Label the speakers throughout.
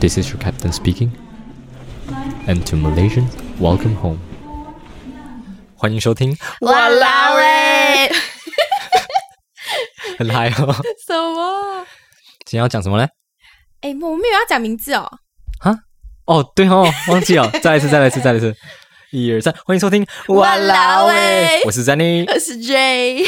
Speaker 1: This is your captain speaking. And to Malaysians, welcome home. 欢迎收听，
Speaker 2: 哇啦喂，
Speaker 1: 很嗨哦！
Speaker 2: 什么？
Speaker 1: 今天要讲什么嘞？
Speaker 2: 哎、我们有要讲名字哦。
Speaker 1: 哦，对哦，忘记 了，再来一次，再来一次，再来一次，一二三，欢迎收听，
Speaker 2: 哇啦喂
Speaker 1: 我是 Zanny。
Speaker 2: 我是 J，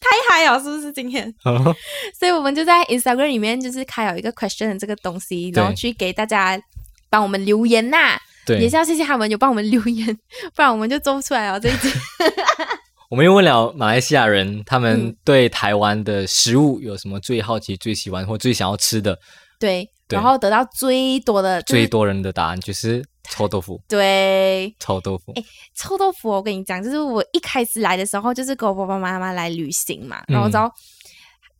Speaker 2: 太嗨哦，是不是今天？
Speaker 1: 哦
Speaker 2: 所以我们就在 Instagram 里面就是开有一个 question 的这个东西，然后
Speaker 1: 对
Speaker 2: 去给大家帮我们留言呐、也
Speaker 1: 对
Speaker 2: 是，要谢谢他们有帮我们留言， 不然我们就做不出来哦这一集。
Speaker 1: 我们又问了马来西亚人，他们
Speaker 2: 嗯
Speaker 1: 对台湾的食物有什么最好奇、最喜欢或最想要吃的？
Speaker 2: 对，
Speaker 1: 对
Speaker 2: 然后得到最多的、就是、
Speaker 1: 最多人的答案就是臭豆腐，
Speaker 2: 对
Speaker 1: 臭豆腐。
Speaker 2: 哎臭豆腐，哦我跟你讲，就是我一开始来的时候，就是跟我爸爸妈妈来旅行嘛，
Speaker 1: 嗯
Speaker 2: 然后之后、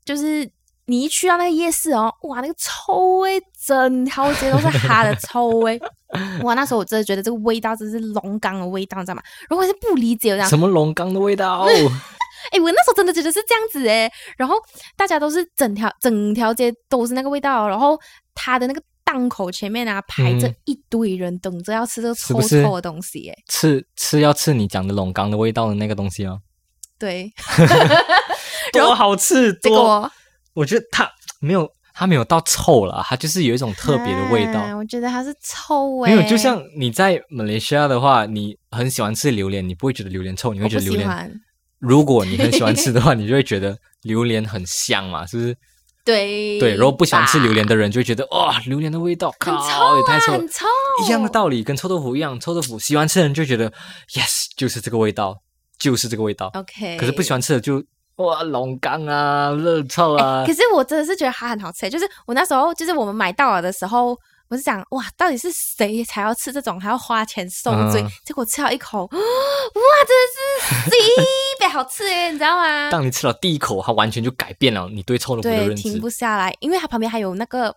Speaker 2: 就是你一去到那个夜市哦，哇，那个臭味，整条街都是哈的臭 味，哇，那时候我真的觉得这个味道真是龙岗的味道，你知道吗？然后我是不理解，我讲，
Speaker 1: 什么龙岗的味道？
Speaker 2: 哎，我那时候真的觉得是这样子哎，然后大家都是整条整条街都是那个味道，哦然后它的那个。档口前面啊，排着
Speaker 1: 嗯
Speaker 2: 一堆人等着要吃这个
Speaker 1: 是
Speaker 2: 臭
Speaker 1: 不是
Speaker 2: 臭的东西、哎，
Speaker 1: 吃吃要吃你讲的龙岗的味道的那个东西哦，
Speaker 2: 对，然后
Speaker 1: 多好吃！
Speaker 2: 结
Speaker 1: 多，
Speaker 2: 果
Speaker 1: 我觉得它没有它没有到臭了，它就是有一种特别的味道。
Speaker 2: 啊我觉得它是臭味、
Speaker 1: 没有，就像你在马来西亚的话，你很喜欢吃榴莲，你不会觉得榴莲臭，你
Speaker 2: 我
Speaker 1: 会觉
Speaker 2: 不
Speaker 1: 得榴
Speaker 2: 喜
Speaker 1: 莲。
Speaker 2: 欢。
Speaker 1: 如果你很喜 欢吃的话，你就会觉得榴莲很香嘛，是不是？
Speaker 2: 对
Speaker 1: 对，如果不喜欢吃榴
Speaker 2: 吧
Speaker 1: 莲的人就会觉得哇，榴莲的味道，
Speaker 2: 很
Speaker 1: 靠，
Speaker 2: 臭
Speaker 1: 也太
Speaker 2: 啊，
Speaker 1: 臭了
Speaker 2: 很。臭，
Speaker 1: 一样的道理，跟臭豆腐一样，臭豆腐喜欢吃的人就觉得 yes，就是这个味道，就是这个味道。
Speaker 2: OK，
Speaker 1: 可是不喜。欢吃的就哎哇，龙岗啊，热臭啊
Speaker 2: 哎可，是我真的是觉得它很好吃，欸就是我那时候，就是我们买到了的时候，我是想，哇，到底是谁才要吃这种还要花钱受罪？
Speaker 1: 嗯
Speaker 2: 结果吃了一口，哇，真 的是特别好吃欸耶，你知道吗？
Speaker 1: 当你吃了第一口，它完全就改变了你对臭豆腐的
Speaker 2: 对，
Speaker 1: 认
Speaker 2: 停
Speaker 1: 知。
Speaker 2: 不下来，因为它旁边还有那个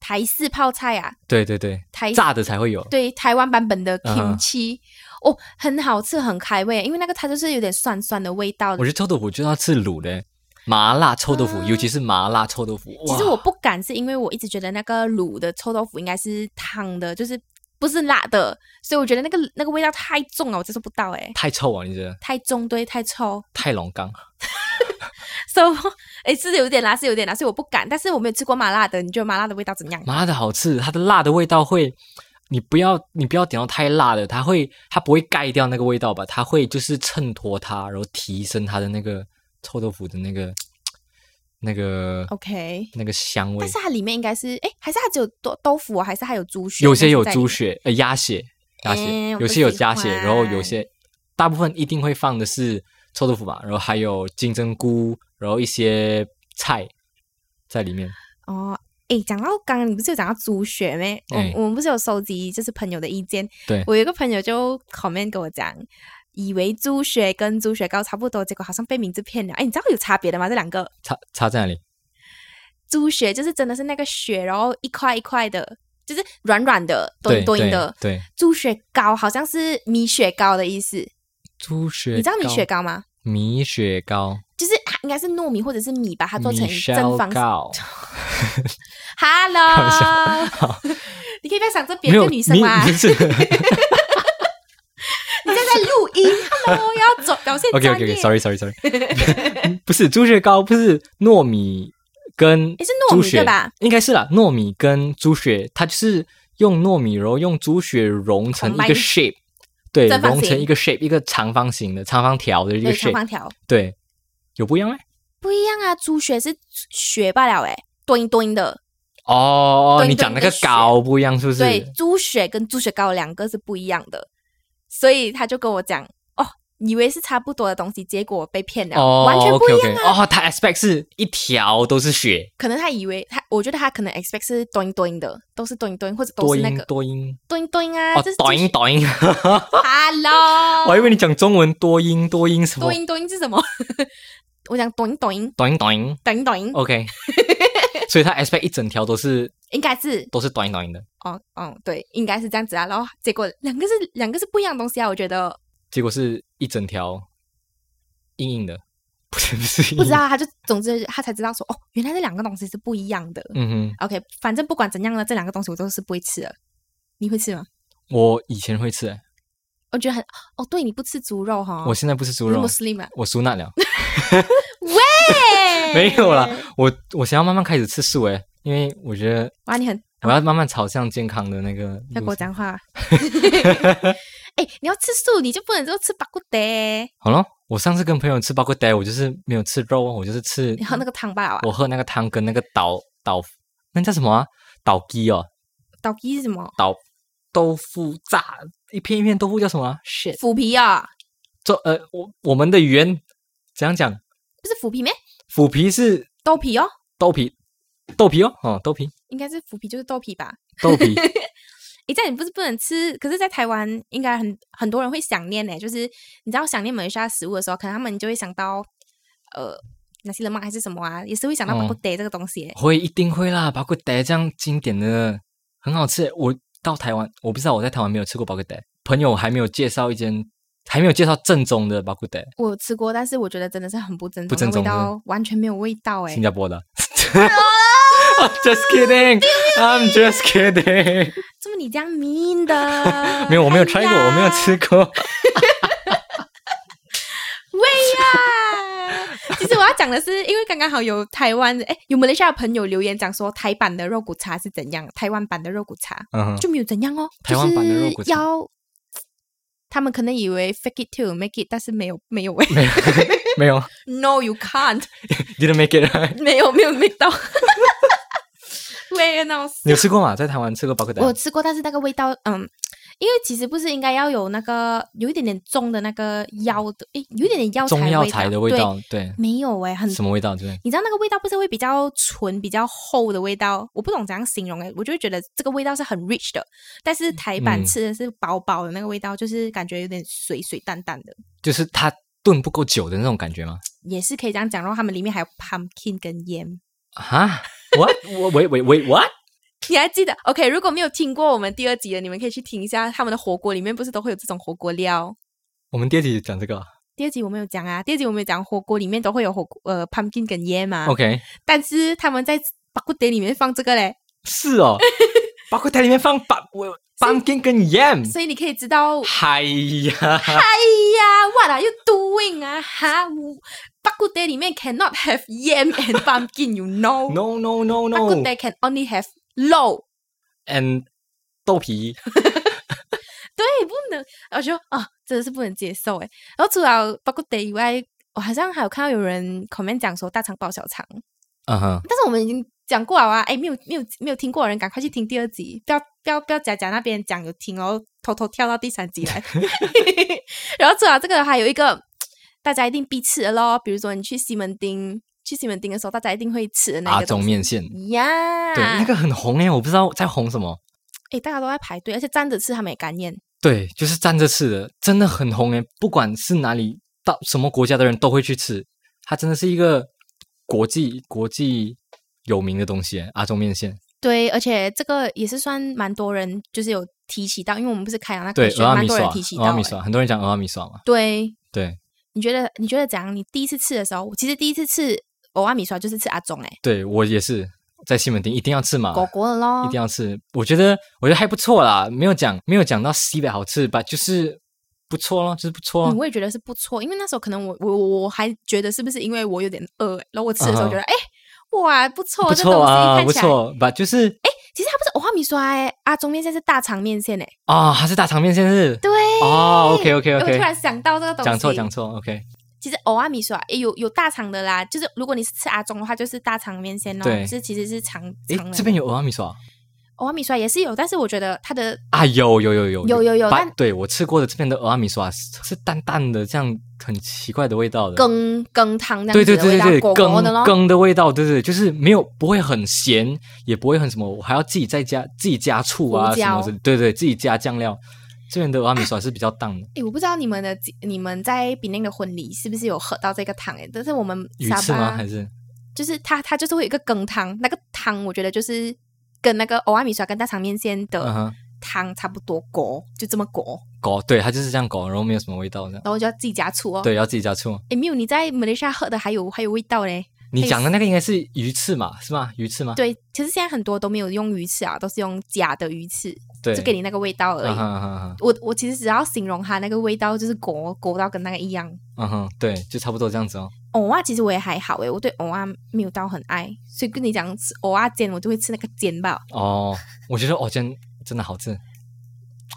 Speaker 2: 台式泡菜啊，
Speaker 1: 对对对，
Speaker 2: 台
Speaker 1: 炸的才会有。
Speaker 2: 对台湾版本的
Speaker 1: 嗯哼
Speaker 2: kimchi，、哦，很好吃，很开胃，因为那个它就是有点酸酸的味道
Speaker 1: 我。觉得臭豆腐就是要吃卤的，麻辣臭豆腐，
Speaker 2: 啊
Speaker 1: 尤其是麻辣臭豆腐。哇
Speaker 2: 其实我不敢，是因为我一直觉得那个卤的臭豆腐应该是烫的，就是不是辣的，所以我觉得那个那个味道太重了，我接受不到哎、
Speaker 1: 太臭啊，你觉得
Speaker 2: 太重对，太臭，
Speaker 1: 太龙岗？
Speaker 2: so, 哎是有点辣，是有点辣，所以我不敢。但是我没有吃过麻辣的，你觉得麻辣的味道怎样？
Speaker 1: 麻辣的好吃，它的辣的味道会，你不要你不要点到太辣的，它会它不会盖掉那个味道吧？它会就是衬托它，然后提升它的那个臭豆腐的那个那个
Speaker 2: 哦 OK，
Speaker 1: 那个香味
Speaker 2: 但是。它里面应该是哎，还是它只有豆豆腐、哦，还是还有猪血？
Speaker 1: 有些有猪
Speaker 2: 血，
Speaker 1: 血，呃，鸭血，鸭血，
Speaker 2: 嗯
Speaker 1: 有
Speaker 2: 我不
Speaker 1: 些有
Speaker 2: 喜
Speaker 1: 鸭血，然后有
Speaker 2: 欢
Speaker 1: 些大部分一定会放的是臭豆腐吧，然后还有金针菇，然后一些菜在里面。
Speaker 2: 哦，诶，讲到刚刚你不是有讲到猪血咩？我、
Speaker 1: 哎
Speaker 2: 我们不是有收集就是朋友的意见，
Speaker 1: 对
Speaker 2: 我有一个朋友就 comment 跟我讲，以为猪血跟猪血糕差不多，结果好像被名字骗了。诶，你知道有差别的吗？这两个
Speaker 1: 差差在哪里？
Speaker 2: 猪血就是真的是那个血，然后一块一块的，就是软软的、墩
Speaker 1: 对
Speaker 2: 墩
Speaker 1: 对
Speaker 2: 的。
Speaker 1: 对，
Speaker 2: 猪血糕好像是米雪糕的意思，
Speaker 1: 猪血，
Speaker 2: 你知道米雪？糕吗？
Speaker 1: 米雪糕，
Speaker 2: 就是啊应该是糯米或者是米把它做成
Speaker 1: 米
Speaker 2: 正
Speaker 1: 烧
Speaker 2: 方形。
Speaker 1: 糕，
Speaker 2: Hello，你可以不要想这别
Speaker 1: 没
Speaker 2: 的
Speaker 1: 有
Speaker 2: 女生
Speaker 1: 米
Speaker 2: 吗？
Speaker 1: 不是
Speaker 2: 你现在录音，Hello，要走 表现 专
Speaker 1: ，OK OK
Speaker 2: 业。
Speaker 1: OK，Sorry Sorry Sorry，不 是猪血糕，不是糯米跟
Speaker 2: 诶是糯
Speaker 1: 猪
Speaker 2: 米
Speaker 1: 血
Speaker 2: 对吧？
Speaker 1: 应该是啦，糯米跟猪血，它就是用糯米，然后用猪血融成一个
Speaker 2: Combine
Speaker 1: shape，对，
Speaker 2: 正方
Speaker 1: 融成
Speaker 2: 形
Speaker 1: 一个 shape，一个长方形的长方条的一个
Speaker 2: 对，长
Speaker 1: shape，
Speaker 2: 方条
Speaker 1: 对，有不一样吗？
Speaker 2: 不一样啊，猪血是血罢了，哎，蹲一蹲的。
Speaker 1: 哦，哦
Speaker 2: 对
Speaker 1: 你讲那
Speaker 2: 对
Speaker 1: 个
Speaker 2: 对
Speaker 1: 糕不一样是不是？
Speaker 2: 对，猪血跟猪血糕两个是不一样的，所以他就跟我讲，哦，以为是差不多的东西，结果被骗了，
Speaker 1: 哦，
Speaker 2: 完全不一
Speaker 1: o
Speaker 2: 样。啊
Speaker 1: k o k 哦，它 aspect 是一条都是血，
Speaker 2: 可能他以为他，我觉得他可能 expect 是蹲一蹲的，都是蹲一蹲，或者都
Speaker 1: 多
Speaker 2: 是那
Speaker 1: 音
Speaker 2: 个
Speaker 1: 多音
Speaker 2: 蹲一蹲啊，
Speaker 1: 哦
Speaker 2: 这是，猪
Speaker 1: 短音
Speaker 2: 血
Speaker 1: 短音，
Speaker 2: Hello，
Speaker 1: 我还以为你讲中文多音多音什么
Speaker 2: 蹲一蹲是什么？ 我讲蹲一蹲，
Speaker 1: 短音短音
Speaker 2: 蹲一蹲，
Speaker 1: ，OK，所以它 aspect 一整条都是
Speaker 2: 应该是
Speaker 1: 都是短音短音的，
Speaker 2: 哦哦，对，应该是这样子啊。然后结果两个是两个是不一样的东西啊，我觉得
Speaker 1: 结果是一整条硬硬的。不是不是，
Speaker 2: 不知道，他就总之他才知道说，哦，原来这两个东西是不一样的。
Speaker 1: 嗯哼，
Speaker 2: OK，反正不管怎样呢，这两个东西我都是不会吃的。你会吃吗？
Speaker 1: 我以前会吃、欸，
Speaker 2: 我觉得很哦，对，你不吃猪肉哈，
Speaker 1: 我现在不吃猪
Speaker 2: 哦你是
Speaker 1: 肉，
Speaker 2: Muslim 啊？
Speaker 1: 我苏难了，
Speaker 2: 喂
Speaker 1: 没有啦，我我想要慢慢开始吃素诶、因为我觉得
Speaker 2: 哇，你很
Speaker 1: 我要慢慢朝向健康的那个
Speaker 2: 要跟
Speaker 1: 路
Speaker 2: 我
Speaker 1: 上。
Speaker 2: 讲话。啊哎、你要吃素，你就不能只有吃巴骨的，
Speaker 1: 好了，我上次跟朋友吃包括呆，我就是没有吃肉哦，我就是吃
Speaker 2: 你喝那个汤吧。
Speaker 1: 我喝那个汤跟那个倒倒那叫什么啊？倒鸡哦，
Speaker 2: 倒鸡是什么？
Speaker 1: 倒豆腐炸一片一片豆腐叫什么啊？shit，
Speaker 2: 腐皮啊、
Speaker 1: 做呃我我们的语言怎样讲？
Speaker 2: 不是腐皮咩？
Speaker 1: 腐皮是
Speaker 2: 豆皮哦，
Speaker 1: 豆皮，豆皮哦，哦豆皮
Speaker 2: 应该是腐皮就是豆皮吧？
Speaker 1: 豆皮，
Speaker 2: 诶，这样你不是不能吃，可是，在台湾应该很很多人会想念呢、就是你知道想念马来西亚食物的时候，可能他们就会想到呃哪些人吗？还是什么啊，也是会想到巴
Speaker 1: 嗯
Speaker 2: 骨得这个东西、欸。
Speaker 1: 会一定会啦，包括呆这样经典的很好吃。我到台湾，我不知道我在台湾没有吃过包括呆，朋友还没有介绍一间，还没有介绍正宗的包括呆，
Speaker 2: 我有吃过，但是我觉得真的是很不正宗，
Speaker 1: 不正宗
Speaker 2: 那味道完全没有味道哎、
Speaker 1: 新加坡的。I'm just kidding. I'm just kidding.？
Speaker 2: 怎么你这样 mean 的
Speaker 1: 没有，我没有
Speaker 2: 哎
Speaker 1: try 过，
Speaker 2: 呀
Speaker 1: 我没有吃过。
Speaker 2: 喂呀！其实我要讲的是，因为刚刚好有台湾的，哎，有马来西亚的朋友留言讲说，台版的肉骨茶是怎样，台湾版的肉骨茶
Speaker 1: 嗯哼，
Speaker 2: 就没有怎样哦。
Speaker 1: 台湾版的肉骨茶
Speaker 2: 就是要他们可能以为 fake it till make it，但是没有没 有哎
Speaker 1: 没有，没有
Speaker 2: ，no you can't，
Speaker 1: ，didn't make it. right？
Speaker 2: 没有没有没 到。喂，那
Speaker 1: 你有吃过吗？在台湾吃过包括呆？
Speaker 2: 我吃过，但是那个味道，嗯，因为其实不是应该要有那个有一点点重的那个药的，诶，有一点点药材
Speaker 1: 中药材的味
Speaker 2: 对
Speaker 1: 道，对，
Speaker 2: 没有哎、很
Speaker 1: 什么味道？对，
Speaker 2: 你知道那个味道不是会比较纯、比较厚的味道？我不懂怎样形容哎、我就会觉得这个味道是很 rich 的，但是台版
Speaker 1: 嗯
Speaker 2: 吃的是薄薄的那个味道，就是感觉有点水水淡淡的，
Speaker 1: 就是它炖不够久的那种感觉吗？
Speaker 2: 也是可以这样讲。然后他们里面还有 pumpkin 跟盐，
Speaker 1: 啊？What？我 喂喂喂，What？
Speaker 2: 你还记得？OK，如果没有听过我们第二集的，你们可以去听一下，他们的火锅里面不是都会有这种火锅料？
Speaker 1: 我们第二集讲这个啊
Speaker 2: 第二集我没有讲啊，第二集我没有讲火锅里面都会有火锅呃 pumpkin 跟盐嘛
Speaker 1: ，OK？
Speaker 2: 但是他们在巴骨碟里面放这个嘞，
Speaker 1: 是哦， 包括它里面放把我 pumpkin 跟 yam，
Speaker 2: 所以你可以知道
Speaker 1: 嗨呀！
Speaker 2: 哎呀，What are you doing 啊？哈，巴古爹里面 cannot have yam and pumpkin，you know？
Speaker 1: No no no
Speaker 2: 巴古
Speaker 1: no
Speaker 2: 爹 can only have low。
Speaker 1: and 豆皮，
Speaker 2: 对，不能，我就啊，真的是不能接受哎。然后除了巴古爹以外，我好像还有看到有人 comment 讲说大肠包小肠，
Speaker 1: 嗯哼，
Speaker 2: 但是我们已经讲过了啊。哎，没有没有没有听过的人，赶快去听第二集，不要不要不要假假那边讲有听，然后偷偷跳到第三 集来。 然后除了这个，还有一个大家一定必吃的咯，比如说你去西门町，去西门町的时候，大家一定会吃的那
Speaker 1: 阿
Speaker 2: 个
Speaker 1: 啊中
Speaker 2: 东西。
Speaker 1: 面线，
Speaker 2: 呀，
Speaker 1: 对，那个很红诶，我不知道在红什么。
Speaker 2: 哎，大家都在排队，而且站着吃他们也敢念。
Speaker 1: 对，就是站着吃的，真的很红诶，不管是哪里到什么国家的人都会去吃，它真的是一个国际国际有名的东西耶，阿中面线。
Speaker 2: 对，而且这个也是算蛮多人就是有提起到，因为我们不是开了那
Speaker 1: 对
Speaker 2: 个，选，
Speaker 1: 俄阿
Speaker 2: 蛮
Speaker 1: 米
Speaker 2: 多
Speaker 1: 耍
Speaker 2: 人提起，
Speaker 1: 俄阿
Speaker 2: 到
Speaker 1: 米
Speaker 2: 欸。
Speaker 1: 耍，很多人讲俄阿米耍嘛。
Speaker 2: 对，
Speaker 1: 对
Speaker 2: 你觉得你觉得怎样？你第一次吃的时候，我其实第一次吃欧阿米刷就是吃阿中哎、
Speaker 1: 对，我也是在西门町一定要吃嘛，
Speaker 2: 狗狗的咯
Speaker 1: 啊一。定要吃。我觉得我觉得还不错啦，没有讲没有讲到西北好吃吧，就是不错咯，就是不错
Speaker 2: 嗯，
Speaker 1: 咯。
Speaker 2: 我也觉得是不错，因为那时候可能我我我还觉得是不是因为我有点饿、欸，然后我吃的时候
Speaker 1: 嗯哼
Speaker 2: 觉得哎、哇不错，
Speaker 1: 不
Speaker 2: 这东
Speaker 1: 错
Speaker 2: 西
Speaker 1: 啊，
Speaker 2: 看
Speaker 1: 不
Speaker 2: 起来
Speaker 1: 错吧，就是
Speaker 2: 其实它不是欧阿米刷哎、阿中面线是大肠面线哎、
Speaker 1: 啊，它是大肠面线是
Speaker 2: 对
Speaker 1: 哦，OK OK
Speaker 2: 哎我
Speaker 1: OK，
Speaker 2: 突然想到这个东西，
Speaker 1: 讲错讲错，OK。
Speaker 2: 其实偶尔米刷也有有大肠的啦，就是如果你是吃阿中的话，就是大肠面线咯，哦
Speaker 1: 对
Speaker 2: 就是其实是肠
Speaker 1: 诶
Speaker 2: 肠，的。
Speaker 1: 这边有俄阿米索啊
Speaker 2: 偶尔米刷也是有，但是我觉得它的
Speaker 1: 啊？有有有有
Speaker 2: 有有有
Speaker 1: 白
Speaker 2: 但
Speaker 1: 对我吃过的这边的俄阿米索啊，是是淡淡的，这样很奇怪的味道的。
Speaker 2: 羹羹汤这
Speaker 1: 对
Speaker 2: 样
Speaker 1: 对
Speaker 2: 子的味
Speaker 1: 对
Speaker 2: 道，
Speaker 1: 对
Speaker 2: 狗
Speaker 1: 对，
Speaker 2: 狗
Speaker 1: 羹
Speaker 2: 的咯，
Speaker 1: 羹的味道，对对，对就是没有不会很咸，也不会很什么，我还要自己再加自己加醋啊
Speaker 2: 胡
Speaker 1: 什
Speaker 2: 椒
Speaker 1: 么的，对对，自己加酱料。这边的俄阿米索啊是比较 淡的，
Speaker 2: 诶，我不知道你们的你们在比内的婚礼是不是有喝到这个汤诶，但是我们
Speaker 1: 鱼
Speaker 2: 沙
Speaker 1: 翅吗？
Speaker 2: 巴
Speaker 1: 还是
Speaker 2: 就是它它就是会有一个羹汤，那个汤我觉得就是跟那个欧阿米刷跟大肠面线
Speaker 1: 嗯
Speaker 2: 的
Speaker 1: 哼
Speaker 2: 汤差不多裹，就这么裹，
Speaker 1: 搞对，它就是这样搞，然后没有什么味道这样。
Speaker 2: 然后就要自己加醋哦。
Speaker 1: 对，要自己加醋。
Speaker 2: 诶，没有，你在马来西亚喝的还有还有味道嘞。
Speaker 1: 你讲的那个应该是鱼翅嘛，是吗？鱼翅吗？
Speaker 2: 对，其实现在很多都没有用鱼翅啊，都是用假的鱼翅，
Speaker 1: 对，
Speaker 2: 就给你那个味道而
Speaker 1: 嗯
Speaker 2: 已。
Speaker 1: 哼嗯哼嗯哼
Speaker 2: 我我其实只要形容它那个味道，就是裹裹到跟那个一样。
Speaker 1: 嗯哼，对，就差不多这样子哦。
Speaker 2: 藕啊，其实我也还好诶，我对藕啊没有到很爱，所以跟你讲吃藕啊煎，我就会吃那个煎吧。
Speaker 1: 哦，我觉得藕煎真的好吃，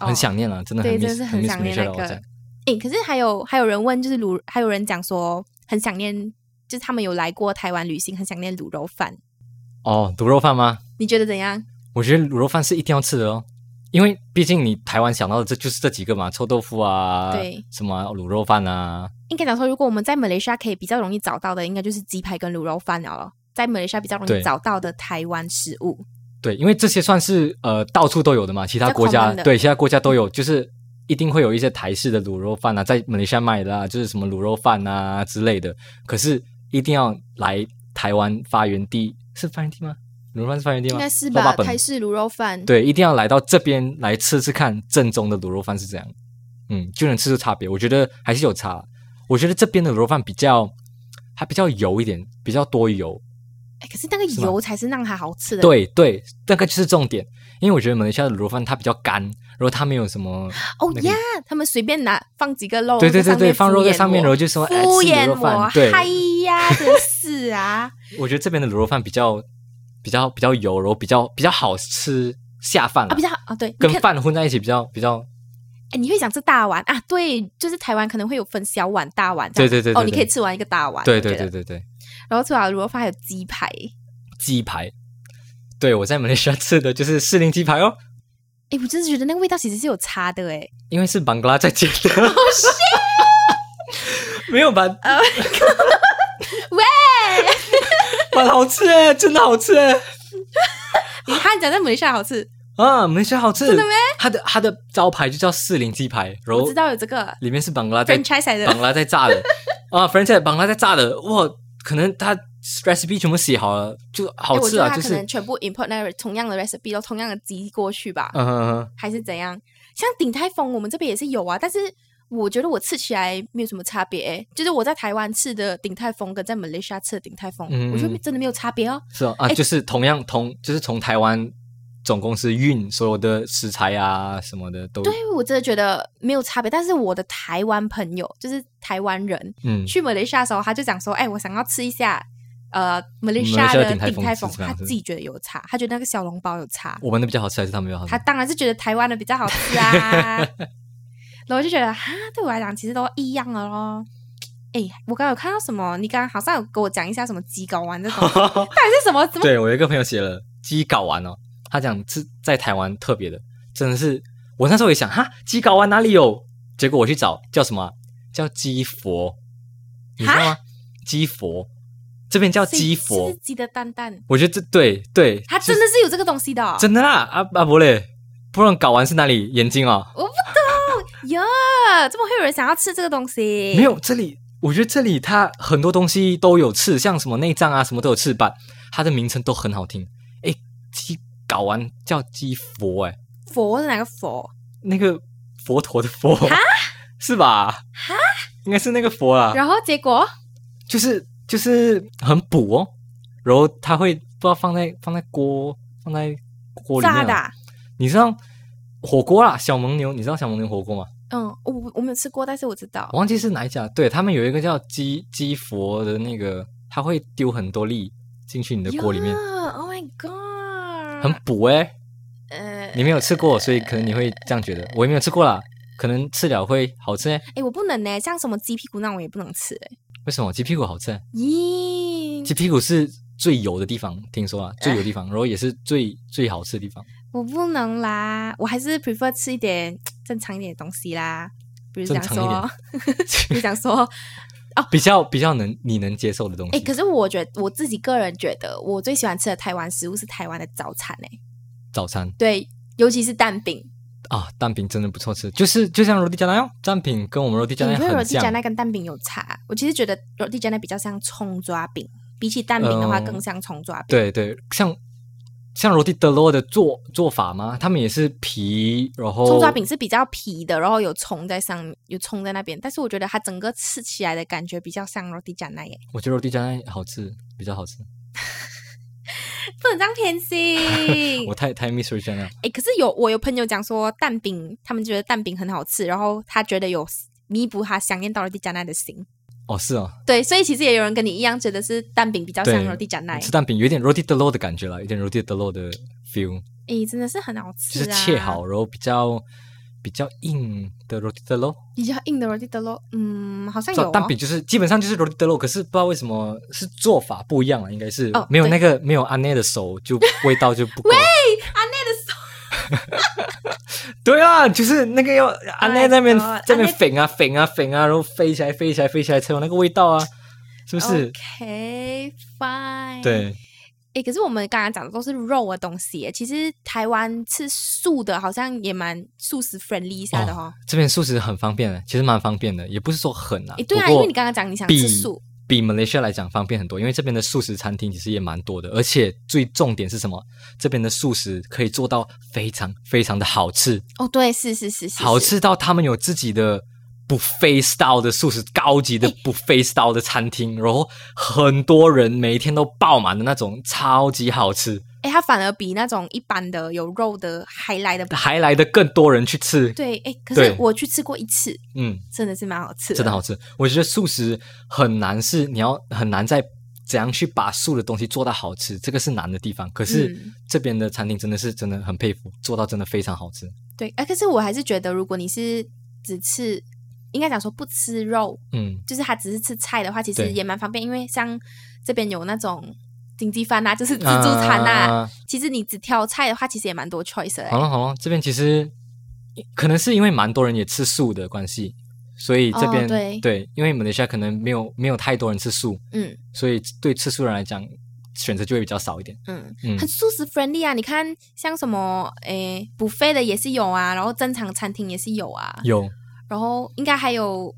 Speaker 2: 哦
Speaker 1: 很想念了，啊真的很
Speaker 2: 对
Speaker 1: miss，
Speaker 2: 真的是很
Speaker 1: 很啊 miss
Speaker 2: 想念
Speaker 1: Malaysia 哦
Speaker 2: 那
Speaker 1: 了
Speaker 2: 个
Speaker 1: 藕煎
Speaker 2: 诶，可是还有还有人问，就是卤，还有人讲说很想念，就是他们有来过台湾旅行，很想念卤肉饭。
Speaker 1: 哦，卤肉饭吗？
Speaker 2: 你觉得怎样？
Speaker 1: 我觉得卤肉饭是一定要吃的哦，因为毕竟你台湾想到的这就是这几个嘛，臭豆腐啊，
Speaker 2: 对，
Speaker 1: 什么卤肉饭啊，
Speaker 2: 应该讲说，如果我们在马来西亚可以比较容易找到的，应该就是鸡排跟卤肉饭了咯。在马来西亚比较容
Speaker 1: 对
Speaker 2: 易找到的台湾食物，
Speaker 1: 对，因为这些算是呃到处都有的嘛，其他
Speaker 2: 比较
Speaker 1: 国家
Speaker 2: common 的
Speaker 1: 对其他国家都有，就是一定会有一些台式的卤肉饭啊，在马来西亚卖的啊，就是什么卤肉饭啊之类的。可是一定要来台湾发源地，是发源地吗？卤肉饭是发源地吗？
Speaker 2: 应该是
Speaker 1: 肉
Speaker 2: 吧？
Speaker 1: 霸本
Speaker 2: 台式卤肉饭，
Speaker 1: 对，一定要来到这边来吃吃看正宗的卤肉饭是怎样，嗯，就能吃出差别。我觉得还是有差，我觉得这边的卤肉饭比较，它比较油一点，比较多油。
Speaker 2: 诶可是那个
Speaker 1: 是吗
Speaker 2: 油才是让它好吃的。
Speaker 1: 对对，那个就是重点，因为我觉得马来西亚的卤肉饭它比较干，然后它没有什么，
Speaker 2: 哦
Speaker 1: 那个
Speaker 2: 呀，他们随便拿放几个肉，
Speaker 1: 对对对对，放肉在上
Speaker 2: 上
Speaker 1: 面，
Speaker 2: 面
Speaker 1: 然后就说哎，
Speaker 2: 敷
Speaker 1: 吃
Speaker 2: 衍
Speaker 1: 卤
Speaker 2: 我，
Speaker 1: 肉
Speaker 2: 敷衍我
Speaker 1: 饭。，对，
Speaker 2: 嗨呀，真 是啊！
Speaker 1: 我觉得这边的卤肉饭比较比较比较油，然后比较比较好吃下饭
Speaker 2: 啊，
Speaker 1: 啦
Speaker 2: 比较啊，对，你
Speaker 1: 跟
Speaker 2: 看，
Speaker 1: 饭混在一起比较比较
Speaker 2: 哎，你会想吃大碗啊？对，就是台湾可能会有分小碗、大碗这样，
Speaker 1: 对对对对
Speaker 2: 哦，你
Speaker 1: 对
Speaker 2: 可以吃完一个大碗，
Speaker 1: 对
Speaker 2: 我觉
Speaker 1: 对对
Speaker 2: 得
Speaker 1: 对对。
Speaker 2: 然后除了卤肉饭，还有鸡排。
Speaker 1: 鸡排。对，我在马来西亚吃的就是士林鸡排哦，
Speaker 2: 哎，我真的觉得那个味道其实是有差的哎。
Speaker 1: 因为是邦格拉在煎 的。
Speaker 2: Oh,
Speaker 1: 没有吧？
Speaker 2: 喂，
Speaker 1: 蛮好吃哎，真的好吃哎！
Speaker 2: 你看讲在马来西亚好吃，
Speaker 1: 啊，没西好吃。
Speaker 2: 真的咩？
Speaker 1: 它的它的招牌就叫士林鸡排，然
Speaker 2: 我
Speaker 1: 后
Speaker 2: 知道有这个
Speaker 1: 里面是邦格拉在
Speaker 2: franchise 来
Speaker 1: 邦
Speaker 2: 的，
Speaker 1: 拉在炸的啊，franchise 邦拉在炸的，哇，可能它 recipe 全部写好了，就好
Speaker 2: 诶哎我
Speaker 1: 吃
Speaker 2: 觉得
Speaker 1: 啊，
Speaker 2: 他
Speaker 1: 就
Speaker 2: 可
Speaker 1: 是
Speaker 2: 能全部 import 那个同样的 recipe 都同样的鸡过去吧。
Speaker 1: 嗯嗯嗯，
Speaker 2: 还是怎样？像鼎泰丰，我们这边也是有啊，但是我觉得我吃起来没有什么差别、欸，就是我在台湾吃的鼎泰丰跟在马来西亚吃的鼎泰丰，
Speaker 1: 嗯
Speaker 2: 我觉得真的没有差别哦。
Speaker 1: 是哦，啊，
Speaker 2: 哎
Speaker 1: 就是同样同，就是从台湾总公司运所有的食材啊什么的都，
Speaker 2: 对，我真的觉得没有差别。但是我的台湾朋友，就是台湾人，
Speaker 1: 嗯，
Speaker 2: 去马来西亚的时候，他就讲说，哎、我想要吃一下。呃，马来西
Speaker 1: 马来
Speaker 2: 亚
Speaker 1: 西亚
Speaker 2: 的
Speaker 1: 鼎泰丰
Speaker 2: 鼎泰
Speaker 1: 是
Speaker 2: 丰，
Speaker 1: 这样
Speaker 2: 他
Speaker 1: 子
Speaker 2: 自己觉得有差，他觉得那个小笼包有差，
Speaker 1: 我们的比较好吃还是他们比较好吃
Speaker 2: 他？当然是觉得台湾的比较好 吃啊。然后我就觉得哈，对我来讲其实都一样的咯。哎，我刚刚有看到什么？你刚刚好像有跟我讲一下什么鸡睾 丸这种，到底是什么？怎么？
Speaker 1: 对我有一个朋友写了鸡睾丸哦，他讲是在台湾特别的，真的是我那时候也想哈，鸡睾丸哪里有？结果我去找叫什么啊、叫鸡佛，你知道吗？鸡佛这边叫
Speaker 2: 所以
Speaker 1: 鸡
Speaker 2: 是
Speaker 1: 佛
Speaker 2: 不是，鸡的蛋蛋，
Speaker 1: 我觉得这对对，
Speaker 2: 它真的是有这个东西的哦、
Speaker 1: 真的啦，啊啊不嘞，不然睾丸是哪里？眼睛啊、哦？
Speaker 2: 我不懂呀，怎么会有人想要吃这个东西？
Speaker 1: 没有，这里我觉得这里它很多东西都有刺，像什么内脏啊，什么都有刺吧。它的名称都很好听。诶，鸡睾丸叫鸡佛、诶，
Speaker 2: 佛是哪个佛？
Speaker 1: 那个佛陀的佛是吧？应该是那个佛啦，
Speaker 2: 然后结果
Speaker 1: 就是就是很补哦。然后它会不知道放在放在锅放在锅里
Speaker 2: 炸
Speaker 1: 面
Speaker 2: 的
Speaker 1: 啊、
Speaker 2: 啊、
Speaker 1: 你知道火锅啦，小蒙牛，你知道小蒙牛火锅吗？
Speaker 2: 嗯，我我没有吃过，但是我知道
Speaker 1: 我忘记是哪一家，对他们有一个叫鸡鸡佛的那个，他会丢很多粒进去你的锅里面
Speaker 2: 呀，Oh my god！
Speaker 1: 很补诶、
Speaker 2: 呃，
Speaker 1: 你没有吃过，所以可能你会这样觉得。我也没有吃过啦，可能吃了会好吃、欸。
Speaker 2: 哎、我不能呢、像什么鸡屁股那种我也不能吃、欸。
Speaker 1: 为什么鸡屁股好吃、欸？鸡
Speaker 2: 咦，
Speaker 1: 屁股是最油的地方，听说啊，最油的地方，然后也是最最好吃的地方。
Speaker 2: 我不能啦，我还是 prefer 吃一点正常一点的东西啦，比如讲
Speaker 1: 正常一
Speaker 2: 说
Speaker 1: 点，
Speaker 2: 比如讲说，
Speaker 1: 比较比较能你能接受的东
Speaker 2: 哎、
Speaker 1: 西。
Speaker 2: 哦可是我觉得我自己个人觉得，我最喜欢吃的台湾食物是台湾的早餐哎、
Speaker 1: 早餐
Speaker 2: 对，尤其是蛋饼，
Speaker 1: 啊，蛋饼真的不错吃，就是就像罗蒂加那样，蛋饼跟我们罗蒂加
Speaker 2: 你
Speaker 1: 那
Speaker 2: 觉得
Speaker 1: 样
Speaker 2: 罗
Speaker 1: 很
Speaker 2: 蒂加
Speaker 1: 像。
Speaker 2: 奈跟蛋饼有差？我其实觉得罗蒂加奈比较像葱抓饼，比起蛋饼的话
Speaker 1: 嗯
Speaker 2: 更像葱抓饼。
Speaker 1: 对对，像像罗蒂德罗的做做法吗？他们也是皮，然后
Speaker 2: 葱抓饼是比较皮的，然后有葱在上面，有葱在那边。但是我觉得它整个吃起来的感觉比较像 roti j a n a 耶，
Speaker 1: 我觉得罗蒂加奈好吃，比较好吃。
Speaker 2: 不能这样偏心 嗯
Speaker 1: 我。太太 miss 了 Jana，
Speaker 2: 哎、可是有我有朋友讲说蛋饼，他们觉得蛋饼很好吃，然后他觉得有弥补他想念到 roti j a n a 的心。
Speaker 1: 哦是哦，
Speaker 2: 对，所以其实也有人跟你一样，觉得是蛋饼比较像
Speaker 1: 对
Speaker 2: roti j a n a
Speaker 1: 吃蛋饼有一点罗蒂德罗的感觉啦，有点罗蒂德罗的 feel，
Speaker 2: 诶，真的是很好
Speaker 1: 就
Speaker 2: 吃、啊，
Speaker 1: 是切好，然后比较比较硬的罗蒂德罗。
Speaker 2: 比较硬的 roti 的咯。嗯，好像有、
Speaker 1: 做
Speaker 2: 哦、
Speaker 1: 蛋饼就是基本上就是罗蒂德罗，可是不知道为什么是做法不一样了，应该是、
Speaker 2: 哦
Speaker 1: 没有那个没有阿内的手就味道就 不够。
Speaker 2: 阿内的手
Speaker 1: 对啊，就是那个要阿内
Speaker 2: my
Speaker 1: 那边
Speaker 2: God，
Speaker 1: 这边
Speaker 2: 阿内
Speaker 1: 粉啊粉啊粉啊，然后飞起来飞起来飞起来才有那个味道啊，是不是？
Speaker 2: OK fine。，
Speaker 1: 对，
Speaker 2: 诶，可是我们刚刚讲的都是肉的东西耶，其实台湾吃素的，好像也蛮素食 friendly 一下的哦。
Speaker 1: 这边素食很方便的，其实蛮方便的，也不是说很啊
Speaker 2: 诶，。对
Speaker 1: 不
Speaker 2: 啊，
Speaker 1: 过
Speaker 2: 因为你刚刚讲你想
Speaker 1: 比
Speaker 2: 吃素，
Speaker 1: 比马来西亚来讲方便很多，因为这边的素食餐厅其实也蛮多的，而且最重点是什么？这边的素食可以做到非常非常的好吃，
Speaker 2: 哦，对，是是是是，
Speaker 1: 好
Speaker 2: 是。
Speaker 1: 吃到他们有自己的不 face style 的素食高级
Speaker 2: 哎
Speaker 1: 的不 face style 的餐厅，然后很多人每一天都爆满的那种，超级好吃，
Speaker 2: 诶，它反而比那种一般的有肉的还来的不
Speaker 1: 还来的更多人去吃，
Speaker 2: 对。诶，可
Speaker 1: 对
Speaker 2: 是我去吃过一次，
Speaker 1: 嗯，
Speaker 2: 真的是蛮好吃的，
Speaker 1: 真的好吃。我觉得素食很难是你要很难在怎样去把素的东西做到好吃，这个是难的地方。可是
Speaker 2: 嗯
Speaker 1: 这边的餐厅真的是真的很佩服，做到真的非常好吃。
Speaker 2: 对，哎、可是我还是觉得，如果你是只吃，应该讲说不吃肉，
Speaker 1: 嗯，
Speaker 2: 就是他只是吃菜的话，其实
Speaker 1: 对
Speaker 2: 也蛮方便，因为像这边有那种经济饭啊，就是自助餐啊，
Speaker 1: 啊
Speaker 2: 其实你只挑菜的话，其实也蛮多 choice 的、
Speaker 1: 好
Speaker 2: 欸。
Speaker 1: 了好了，这边其实可能是因为蛮多人也吃素的关系，所以这边、
Speaker 2: 哦对
Speaker 1: 因为马来西亚可能没有没有太多人吃素，
Speaker 2: 嗯
Speaker 1: 所以对吃素人来讲选择就会比较少一点。
Speaker 2: 嗯，
Speaker 1: 嗯
Speaker 2: 很素食 friendly 啊，你看像什么诶，补费的也是有啊，然后正常餐厅也是有啊，
Speaker 1: 有
Speaker 2: 然后应该还有，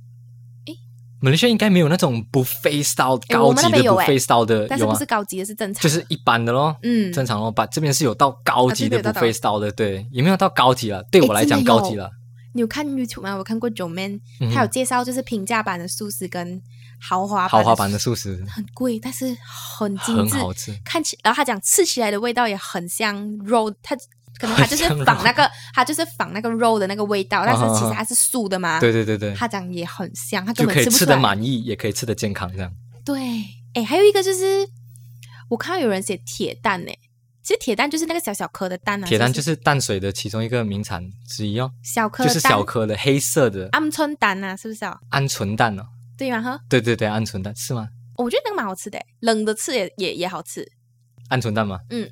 Speaker 1: 马来西亚应该没有那种不 face style
Speaker 2: 诶
Speaker 1: 高
Speaker 2: 我们
Speaker 1: 级
Speaker 2: 那
Speaker 1: 的
Speaker 2: 边有
Speaker 1: 不
Speaker 2: 诶
Speaker 1: face style 的，
Speaker 2: 但是
Speaker 1: 有
Speaker 2: 不
Speaker 1: 啊
Speaker 2: 是，高级的，是正常
Speaker 1: 就
Speaker 2: 的，
Speaker 1: 是一般的咯。
Speaker 2: 嗯，
Speaker 1: 正常咯，把这边是有到高级的
Speaker 2: 啊这边有到
Speaker 1: buffet style 的，对，也没有到高级了，对我来讲
Speaker 2: 诶真的有
Speaker 1: 高级了。
Speaker 2: 你有看 YouTube 吗？我看过 Joe Man，、
Speaker 1: 嗯哼
Speaker 2: 他有介绍就是平价版的素食跟豪华
Speaker 1: 豪华
Speaker 2: 版
Speaker 1: 版
Speaker 2: 的
Speaker 1: 的素食
Speaker 2: 很贵，但是很精
Speaker 1: 很
Speaker 2: 致，
Speaker 1: 好吃，
Speaker 2: 看起然后他讲吃起来的味道也很像肉，他可能他就是
Speaker 1: 很像肉
Speaker 2: 仿那个他就是仿那个肉的那个味道，但
Speaker 1: 啊啊啊
Speaker 2: 是其实它是素的嘛。
Speaker 1: 对对对对，
Speaker 2: 他讲也很像，他
Speaker 1: 就
Speaker 2: 啊根本
Speaker 1: 可以
Speaker 2: 不
Speaker 1: 吃
Speaker 2: 出
Speaker 1: 得
Speaker 2: 来。
Speaker 1: 满意，也可以吃得健康，这样。
Speaker 2: 对，哎，还有一个就是我看到有人写铁蛋呢、其实铁蛋就是那个小小颗的蛋啊，
Speaker 1: 铁蛋就是是淡水的其中一个名产之一哦，
Speaker 2: 小颗
Speaker 1: 就
Speaker 2: 的
Speaker 1: 是
Speaker 2: 蛋，
Speaker 1: 小颗的黑色的
Speaker 2: 鹌鹑蛋啊，是不是啊？
Speaker 1: 鹌鹑蛋哦。
Speaker 2: 对吗？哈，
Speaker 1: 对对对，鹌鹑蛋是吗？
Speaker 2: 我觉得那个蛮好吃的欸，冷的吃也也也好吃。
Speaker 1: 鹌鹑蛋吗？
Speaker 2: 嗯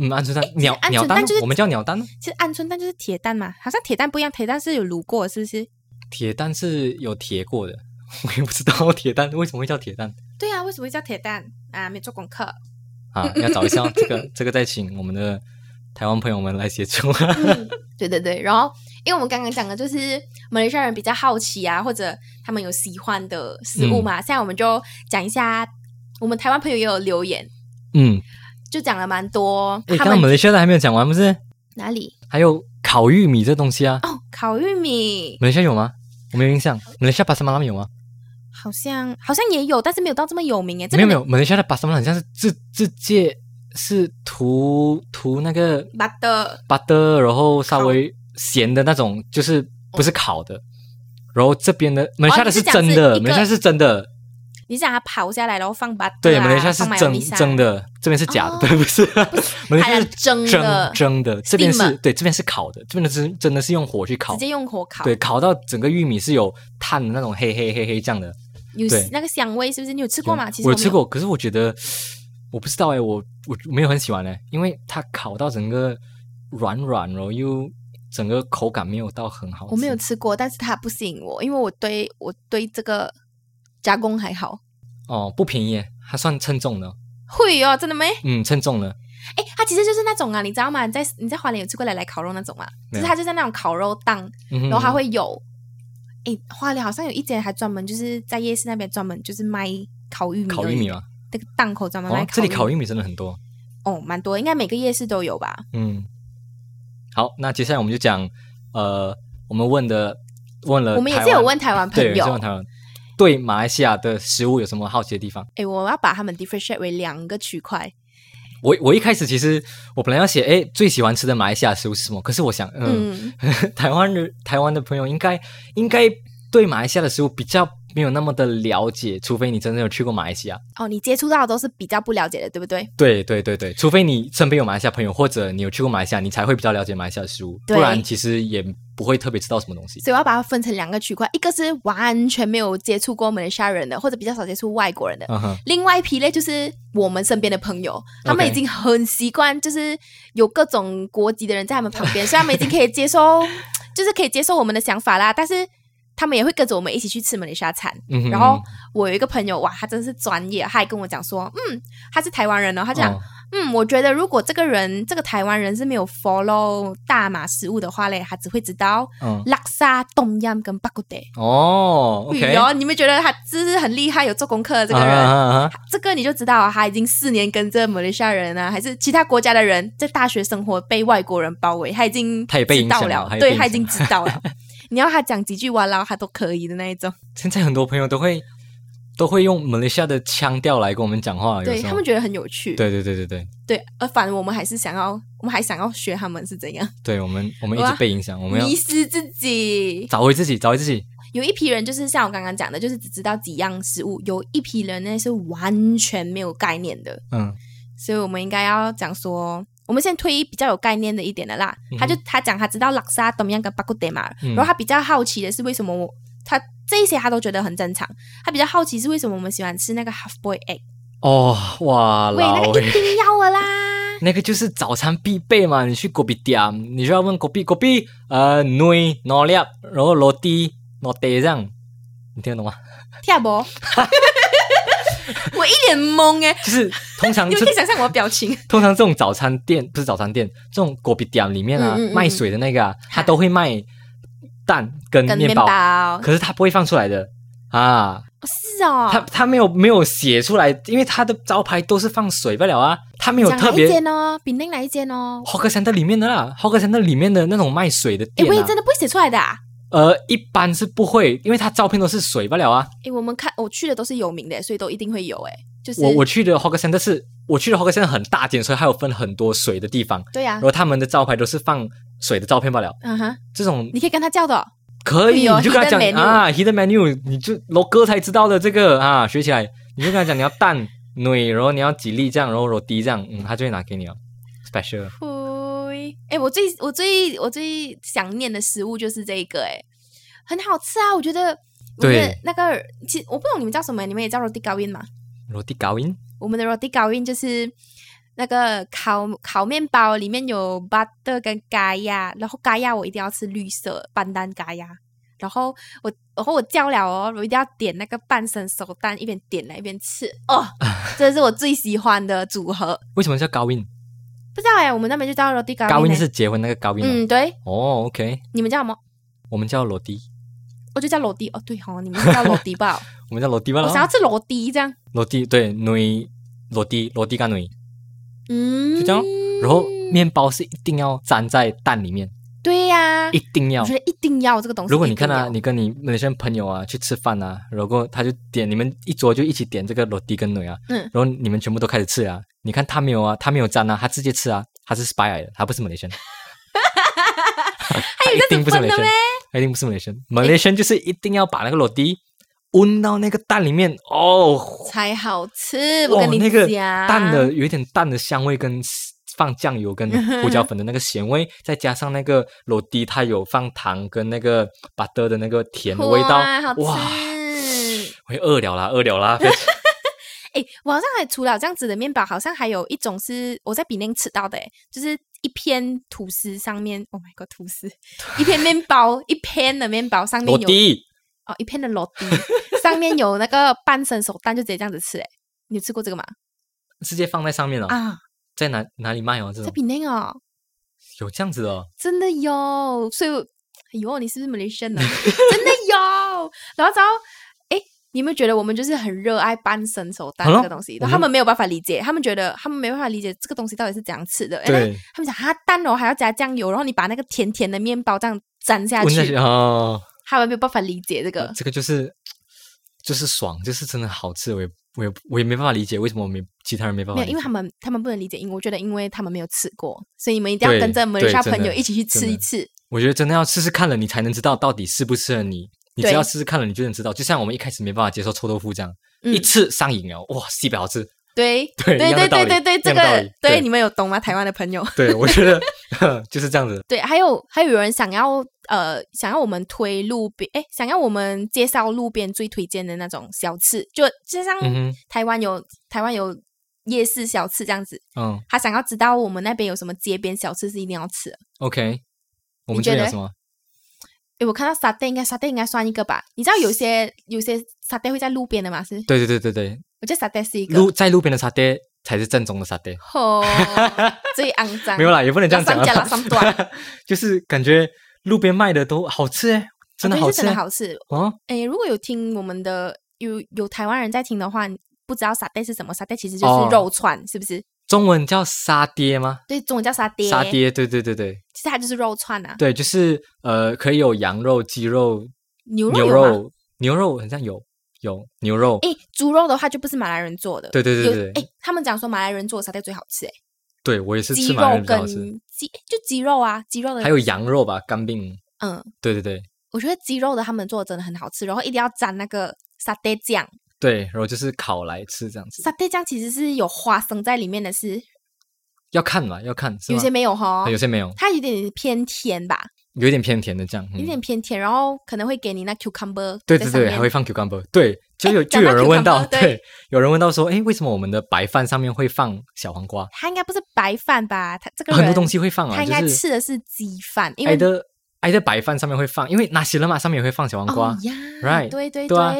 Speaker 1: 嗯，鹌鹑蛋鸟
Speaker 2: 鹌鹑
Speaker 1: 鸟
Speaker 2: 蛋
Speaker 1: 蛋
Speaker 2: 就是，
Speaker 1: 我们叫鸟蛋哦。
Speaker 2: 其实鹌鹑蛋就是铁蛋嘛，好像铁蛋不一样，铁蛋是有卤过，是不是？
Speaker 1: 铁蛋是有铁过的， 我也不知道铁蛋为什么会叫铁蛋
Speaker 2: 对啊，为什么会叫铁蛋啊？没做功课。
Speaker 1: 啊，要找一下哦这 个这个再请我们的台湾朋友们来协助。啊
Speaker 2: 嗯 对对对，然后因为我们刚刚讲的就是马来西亚人比较好奇啊，或者他们有喜欢的食物
Speaker 1: 嗯
Speaker 2: 嘛，现在我们就讲一下，我们台湾朋友也有留言，
Speaker 1: 嗯，
Speaker 2: 就讲了蛮多
Speaker 1: 诶，
Speaker 2: 哎他
Speaker 1: 刚刚
Speaker 2: 们
Speaker 1: 马来西亚的还没有讲完，不是？
Speaker 2: 哪里
Speaker 1: 还有烤玉米这东西啊，
Speaker 2: 哦，烤玉米
Speaker 1: 马来西亚有吗？我没有印象，马来西亚巴沙马拉有吗？
Speaker 2: 好像好像也有，但是没有到这么有名诶，这
Speaker 1: 没有
Speaker 2: 边
Speaker 1: 没
Speaker 2: 的
Speaker 1: 有，马来西亚的巴沙马拉好像是自自界是涂涂那个
Speaker 2: butter
Speaker 1: 巴的，然后稍微咸的那种，就是不是烤的。然后这边的马来西亚的
Speaker 2: 哦你是讲
Speaker 1: 真
Speaker 2: 是
Speaker 1: 的，
Speaker 2: 一个
Speaker 1: 马来西亚是真的，
Speaker 2: 你想它刨下来然后放 butter，
Speaker 1: 对，
Speaker 2: 啊
Speaker 1: 马来西亚是
Speaker 2: 放
Speaker 1: 蒸
Speaker 2: mayonnaise 啊
Speaker 1: 蒸的，这边是假的，
Speaker 2: 哦
Speaker 1: 对，不是， 马来西亚
Speaker 2: 还
Speaker 1: 是
Speaker 2: 有蒸的
Speaker 1: 蒸蒸的，这边是
Speaker 2: steamer
Speaker 1: 对，这边是烤的，这边的是真的是用火去烤
Speaker 2: 直，接用火烤，
Speaker 1: 对，烤到整个玉米是有碳的那种黑黑黑黑这样的，
Speaker 2: 有
Speaker 1: 对
Speaker 2: 那个香味是不是？你有吃过吗？其实
Speaker 1: 我有
Speaker 2: 没
Speaker 1: 吃过，可是我觉得我不知道哎、我我我没有很喜欢哎、因为它烤到整个软软，然后又整个口感没有到很好吃。
Speaker 2: 我没有吃过，但是它不吸引我，因为我对我对这个加工还好。
Speaker 1: 哦，不便宜耶，它算称重的，
Speaker 2: 会哦，真的没？
Speaker 1: 嗯，称重的，
Speaker 2: 哎，它其实就是那种啊，你知道吗？你在你在华联有吃过来来烤肉那种吗？
Speaker 1: 没
Speaker 2: 就
Speaker 1: 有
Speaker 2: 是它就在那种烤肉档，
Speaker 1: 嗯哼
Speaker 2: 然后还会有，
Speaker 1: 嗯
Speaker 2: 哎、花莲好像有一间还专门就是在夜市那边专门就是卖烤玉米而已，
Speaker 1: 烤玉米嘛，哦
Speaker 2: 那个档口专门卖
Speaker 1: 哦，这里烤玉米真的很多，
Speaker 2: 哦，蛮多，应该每个夜市都有吧？
Speaker 1: 嗯，好，那接下来我们就讲，呃，我们问的问呃了台湾，
Speaker 2: 我们也是有问台湾朋
Speaker 1: 对，也是
Speaker 2: 友
Speaker 1: 问，台湾对马来西亚的食物有什么好奇的地方？
Speaker 2: 哎，我要把他们 differentiate 为两个区块。
Speaker 1: 我我一开始其实我本来要写，哎，最喜欢吃的马来西亚食物是什么？可是我想，嗯，
Speaker 2: 嗯，
Speaker 1: 台湾的台湾的朋友应该应该对马来西亚的食物比较没有那么的了解，除非你真的有去过马来西亚。
Speaker 2: 哦，你接触到的都是比较不了解的，对不对？
Speaker 1: 对对对对，除非你身边有马来西亚朋友，或者你有去过马来西亚，你才会比较了解马来西亚的食物，不
Speaker 2: 对
Speaker 1: 然其实也不会特别知道什么东西。
Speaker 2: 所以我要把它分成两个区块，一个是完全没有接触过马来西亚人的，或者比较少接触外国人的。
Speaker 1: 嗯哼，
Speaker 2: 另外一批类就是我们身边的朋友，他们
Speaker 1: OK
Speaker 2: 已经很习惯，就是有各种国籍的人在他们旁边，所以他们已经可以接受， 就是可以接受我们的想法啦。但是他们也会跟着我们一起去吃马来西亚餐。
Speaker 1: 嗯哼
Speaker 2: 然后我有一个朋友，哇，他真是专业，他还跟我讲说，嗯，他是台湾人哦，他讲，
Speaker 1: 哦
Speaker 2: 嗯，我觉得如果这个人，这个台湾人是没有 follow 大马食物的话嘞，他只会知道
Speaker 1: 嗯，
Speaker 2: 拉萨、东阳跟巴古德。
Speaker 1: 哦，OK，
Speaker 2: 然后你们觉得他真是很厉害，有做功课的这个人，
Speaker 1: 啊啊啊啊
Speaker 2: 这个你就知道啊，他已经四年跟着马来西亚人啊，还是其他国家的人在大学生活被外国人包围，他已经
Speaker 1: 他也被
Speaker 2: 知
Speaker 1: 影
Speaker 2: 道
Speaker 1: 响
Speaker 2: 了，
Speaker 1: 了他也被
Speaker 2: 对
Speaker 1: 影
Speaker 2: 他已
Speaker 1: 响
Speaker 2: 经知 道了。你要他讲几句哇啦，他都可以的那一种。
Speaker 1: 现在很多朋友都会都会用马来西亚的腔调来跟我们讲话，有
Speaker 2: 对
Speaker 1: 时候
Speaker 2: 他们觉得很有趣，
Speaker 1: 哦对对对对对，
Speaker 2: 对，而反而我们还是想要，我们还想要学他们是怎样
Speaker 1: 对我们我们一
Speaker 2: 哇
Speaker 1: 直被影响，我们要
Speaker 2: 迷失自己。
Speaker 1: 找回自己，找回自己。
Speaker 2: 有一批人就是像我刚刚讲的，就是只知道几样食物；有一批人呢是完全没有概念的，
Speaker 1: 嗯
Speaker 2: 所以我们应该要讲说，我们先推比较有概念的一点的啦。
Speaker 1: 嗯哼
Speaker 2: 他就他讲他知道拉萨怎么样跟巴古德嘛，
Speaker 1: 嗯
Speaker 2: 然后他比较好奇的是为什么我他这一些他都觉得很正常，他比较好奇是为什么我们喜欢吃那个 half boy egg，
Speaker 1: 哦哇
Speaker 2: 喂，那
Speaker 1: 老欸
Speaker 2: 个
Speaker 1: 喂
Speaker 2: 一，定要的啦。
Speaker 1: 那个就是早餐必备嘛，你去国比店，你就要问国比国比呃 nui n o l i 然后罗蒂罗蒂这样，你听得懂吗？
Speaker 2: 跳不？我一脸懵哎、
Speaker 1: 就是通常
Speaker 2: 你
Speaker 1: 这
Speaker 2: 们可以想象我的表情。
Speaker 1: 通常这种早餐店不是早餐店，这种果皮店里面啊，
Speaker 2: 嗯嗯嗯
Speaker 1: 卖水的那个啊，它
Speaker 2: 哈
Speaker 1: 都会卖蛋跟
Speaker 2: 跟
Speaker 1: 面
Speaker 2: 面
Speaker 1: 包，
Speaker 2: 包哦
Speaker 1: 可是它不会放出来的啊，
Speaker 2: 是哦，
Speaker 1: 它它没有没有写出来，因为它的招牌都是放水不了啊，它没有
Speaker 2: 讲
Speaker 1: 特
Speaker 2: 哪一
Speaker 1: 别。
Speaker 2: 间哦？饼令哪一间哦？
Speaker 1: Hawker Center 里面的啦，Hawker Center 里面的那种卖水的
Speaker 2: 哎，
Speaker 1: 店
Speaker 2: 我也
Speaker 1: 啊
Speaker 2: 真，的不会写出来的啊。
Speaker 1: 呃，一般是不会，因为它照片都是水不了啊。
Speaker 2: 哎，我们看我去的都是有名的，所以都一定会有哎。就是
Speaker 1: 我我去的 Hawker Center 是，我去的 Hawker Center 很大间，所以它有分很多水的地方，
Speaker 2: 对呀
Speaker 1: 然，后他们的招牌都是放水的照片罢了。
Speaker 2: 嗯哼，
Speaker 1: 这种
Speaker 2: 你可以跟他叫的哦。
Speaker 1: 可以，
Speaker 2: 对哦
Speaker 1: 你就跟他讲
Speaker 2: hidden menu
Speaker 1: 啊，hidden menu，你就楼哥才知道的这个啊，学起来，你就跟他讲你要蛋女，然后你要几粒这样，然后我滴这样，嗯，他就会拿给你哦，special
Speaker 2: 喂，哎，我最我最我最想念的食物就是这个，哎，很好吃啊！我觉得，我觉得
Speaker 1: 对
Speaker 2: 那个，其实我不懂你们叫什么，你们也叫 roti g a w i n 嘛？
Speaker 1: 罗蒂高音，
Speaker 2: 我们的 roti g a w i n 就是那个烤烤面包，里面有 butter 跟咖呀，然后咖呀我一定要吃绿色半蛋咖呀，然后我然后我叫了哦，我一定要点那个半生熟蛋，一边点来一边吃， 哦，这是我最喜欢的组合。
Speaker 1: 为什么叫高音？
Speaker 2: 不知道哎、我们那边就叫 roti g a w
Speaker 1: 高
Speaker 2: i
Speaker 1: 音
Speaker 2: n
Speaker 1: 是结婚那个高音哦
Speaker 2: 嗯，对，
Speaker 1: 哦，OK，
Speaker 2: 你们叫什么？
Speaker 1: 我们叫罗蒂，
Speaker 2: 我就叫罗迪哦，对哦，你们是叫罗 迪吧？
Speaker 1: 我们叫罗蒂吧
Speaker 2: 我想要
Speaker 1: 咯，
Speaker 2: 吃罗迪这样，
Speaker 1: 罗蒂对女，罗蒂罗蒂干女，
Speaker 2: 嗯，
Speaker 1: 就这样然后面包是一定要粘在蛋里面，
Speaker 2: 对呀、
Speaker 1: 一定要
Speaker 2: 我觉。得一定要这个东西。
Speaker 1: 如果你看
Speaker 2: 一定
Speaker 1: 啊，
Speaker 2: 要
Speaker 1: 你跟你那些朋友啊去吃饭啊，然后他就点你们一桌就一起点这个罗蒂跟女啊，
Speaker 2: 嗯，
Speaker 1: 然后你们全部都开始吃啊。你看他没有啊，他没有沾啊，他直接吃啊，他是 spy 来的，他不是 Malaysian，他一定不是
Speaker 2: 哎这样子分的
Speaker 1: Malaysian，
Speaker 2: 咩
Speaker 1: 他一定不是 Malaysian，Malaysian 就是一定要把那个裸蒂温到那个蛋里面哦，
Speaker 2: 才好吃。我跟你
Speaker 1: 哦
Speaker 2: 讲，
Speaker 1: 那个蛋
Speaker 2: 啊
Speaker 1: 的有一点蛋的香味跟。放酱油 跟胡椒粉的那个咸味，再加上那个裸蒂，它有放糖跟那个巴德的那个甜的味道
Speaker 2: 哇好，吃
Speaker 1: 哇，会饿了啦，饿了 啦！
Speaker 2: 哎、我好像还除了这样子的面包，好像还有一种是我在比邻吃到的、欸，就是一片吐司上面，Oh my god，吐司，一片面包，一片的面包上面
Speaker 1: 裸
Speaker 2: 有
Speaker 1: 蒂
Speaker 2: 哦，一片的罗迪，上面有那个半生熟蛋，就直接这样子吃、欸。哎，你有吃过这个吗？
Speaker 1: 直接放在上面了，
Speaker 2: 啊，
Speaker 1: 在哪哪里卖哦？这
Speaker 2: 在
Speaker 1: 种
Speaker 2: 比邻哦。
Speaker 1: 有这样子的哦，
Speaker 2: 真的有，所以我哎呦，你是不是 Malaysian 呢？真的有，然后只要哎，你有没有觉得我们就是很热爱拌生熟蛋
Speaker 1: 好了
Speaker 2: 这个东西？
Speaker 1: 我
Speaker 2: 然
Speaker 1: 们
Speaker 2: 后他们没有办法理解，他们觉得他们没办法理解这个东西到底是怎样吃的。因为
Speaker 1: 对，
Speaker 2: 他们讲它蛋哦还要加酱油，然后你把那个甜甜的面包这样沾下
Speaker 1: 闻下
Speaker 2: 去呃
Speaker 1: 去，嗯哦，
Speaker 2: 他们没有办法理解这个。
Speaker 1: 这个就是就是爽，就是真的好吃，我也我也我也没办法理解为什么我没其他人没办
Speaker 2: 没
Speaker 1: 法
Speaker 2: 有，
Speaker 1: 理解，
Speaker 2: 因为他们他们不能理解，因为我觉得因为他们没有吃过，所以你们一定要
Speaker 1: 对
Speaker 2: 跟着马来西亚
Speaker 1: 对真
Speaker 2: 朋友
Speaker 1: 的
Speaker 2: 一起去吃
Speaker 1: 真的
Speaker 2: 一次。
Speaker 1: 我觉得真的要试试看了，你才能知道到底适不适合你。你只
Speaker 2: 对
Speaker 1: 要试试看了，你就能知道。就像我们一开始没办法接受臭豆腐这样，
Speaker 2: 嗯
Speaker 1: 一吃上瘾了，哇，西北好吃。
Speaker 2: 对
Speaker 1: 对一
Speaker 2: 对
Speaker 1: 样的
Speaker 2: 对
Speaker 1: 道
Speaker 2: 对
Speaker 1: 理
Speaker 2: 对对，这
Speaker 1: 一样的道
Speaker 2: 个
Speaker 1: 理对
Speaker 2: 你们有懂吗？台湾的朋友，
Speaker 1: 对，我觉得 就是这样子。
Speaker 2: 对，还有还有人想要呃，想要我们推路边，哎，想要我们介绍路边最推荐的那种小吃，就就像
Speaker 1: 嗯哼，
Speaker 2: 台湾有、台湾有夜市小吃这样子，
Speaker 1: 嗯
Speaker 2: 他想要知道我们那边有什么街边小吃是一定要吃的。
Speaker 1: ，OK。我
Speaker 2: 你
Speaker 1: 们
Speaker 2: 觉
Speaker 1: 这边
Speaker 2: 得
Speaker 1: 有什么？
Speaker 2: 诶，我看到沙爹应该沙爹应该算一个吧？你知道有些有些沙爹会在路边的嘛？是，
Speaker 1: 对对对对对，
Speaker 2: 我觉得沙爹是一个
Speaker 1: 路在路边的沙爹才是正宗的沙爹。
Speaker 2: 哦，最肮脏。
Speaker 1: 没有啦，也不能这样讲
Speaker 2: 拉三加拉
Speaker 1: 啊。 就是感觉路边卖的都好吃哎，真的
Speaker 2: 我觉
Speaker 1: 好
Speaker 2: 得是
Speaker 1: 吃
Speaker 2: 真的
Speaker 1: 欸
Speaker 2: 好吃。
Speaker 1: 哦。
Speaker 2: 诶，如果有听我们的有有台湾人在听的话，你不知道沙爹是什么，沙爹其实就是
Speaker 1: 哦
Speaker 2: 肉串，是不是？
Speaker 1: 中文叫沙爹吗？
Speaker 2: 对，中文叫沙爹。
Speaker 1: 沙，爹，对对对对
Speaker 2: 其实它就是肉串啊。
Speaker 1: 对，就是呃，可以有羊肉、鸡肉、
Speaker 2: 牛
Speaker 1: 牛
Speaker 2: 有吗？
Speaker 1: 肉、牛肉，好像有有牛肉，
Speaker 2: 诶，猪肉的话就不是马来人做的。
Speaker 1: 对对对
Speaker 2: 有
Speaker 1: 对对
Speaker 2: 诶，他们讲说马来人做的沙爹最好吃，诶，
Speaker 1: 对我也是
Speaker 2: 鸡
Speaker 1: 吃
Speaker 2: 肉
Speaker 1: 马来人比较好
Speaker 2: 跟
Speaker 1: 吃，
Speaker 2: 鸡就鸡肉啊，鸡肉的
Speaker 1: 还有羊肉吧，干冰，
Speaker 2: 嗯，
Speaker 1: 对对对
Speaker 2: 我觉得鸡肉的他们做的真的很好吃，然后一定要沾那个沙爹酱。
Speaker 1: 对，然后就是烤来吃这样子，
Speaker 2: 沙爹酱其实是有花生在里面的是，
Speaker 1: 要看嘛，要看，是
Speaker 2: 有
Speaker 1: 吗
Speaker 2: 些没有哈
Speaker 1: 啊。有些没有，
Speaker 2: 它有点偏甜吧，
Speaker 1: 有一点偏甜的酱，嗯
Speaker 2: 有点偏甜，然后可能会给你那 cucumber
Speaker 1: 对
Speaker 2: 在
Speaker 1: 对
Speaker 2: 上
Speaker 1: 对，
Speaker 2: 面
Speaker 1: 还会放 cucumber，对，就
Speaker 2: 哎
Speaker 1: 有就
Speaker 2: 讲
Speaker 1: 有
Speaker 2: 到
Speaker 1: 人问到，
Speaker 2: cucumber，对
Speaker 1: 对，有人问到说，哎，为什么我们的白饭上面会放小黄瓜？
Speaker 2: 他应该不是白饭吧？他这个人
Speaker 1: 很多东西会放啊，
Speaker 2: 他应该
Speaker 1: 就是哎
Speaker 2: 吃的是鸡饭，因为
Speaker 1: 挨的挨的白饭上面会放，因为拿西勒玛上面也会放小黄瓜，
Speaker 2: 哦呀
Speaker 1: right，
Speaker 2: 对对
Speaker 1: 对啊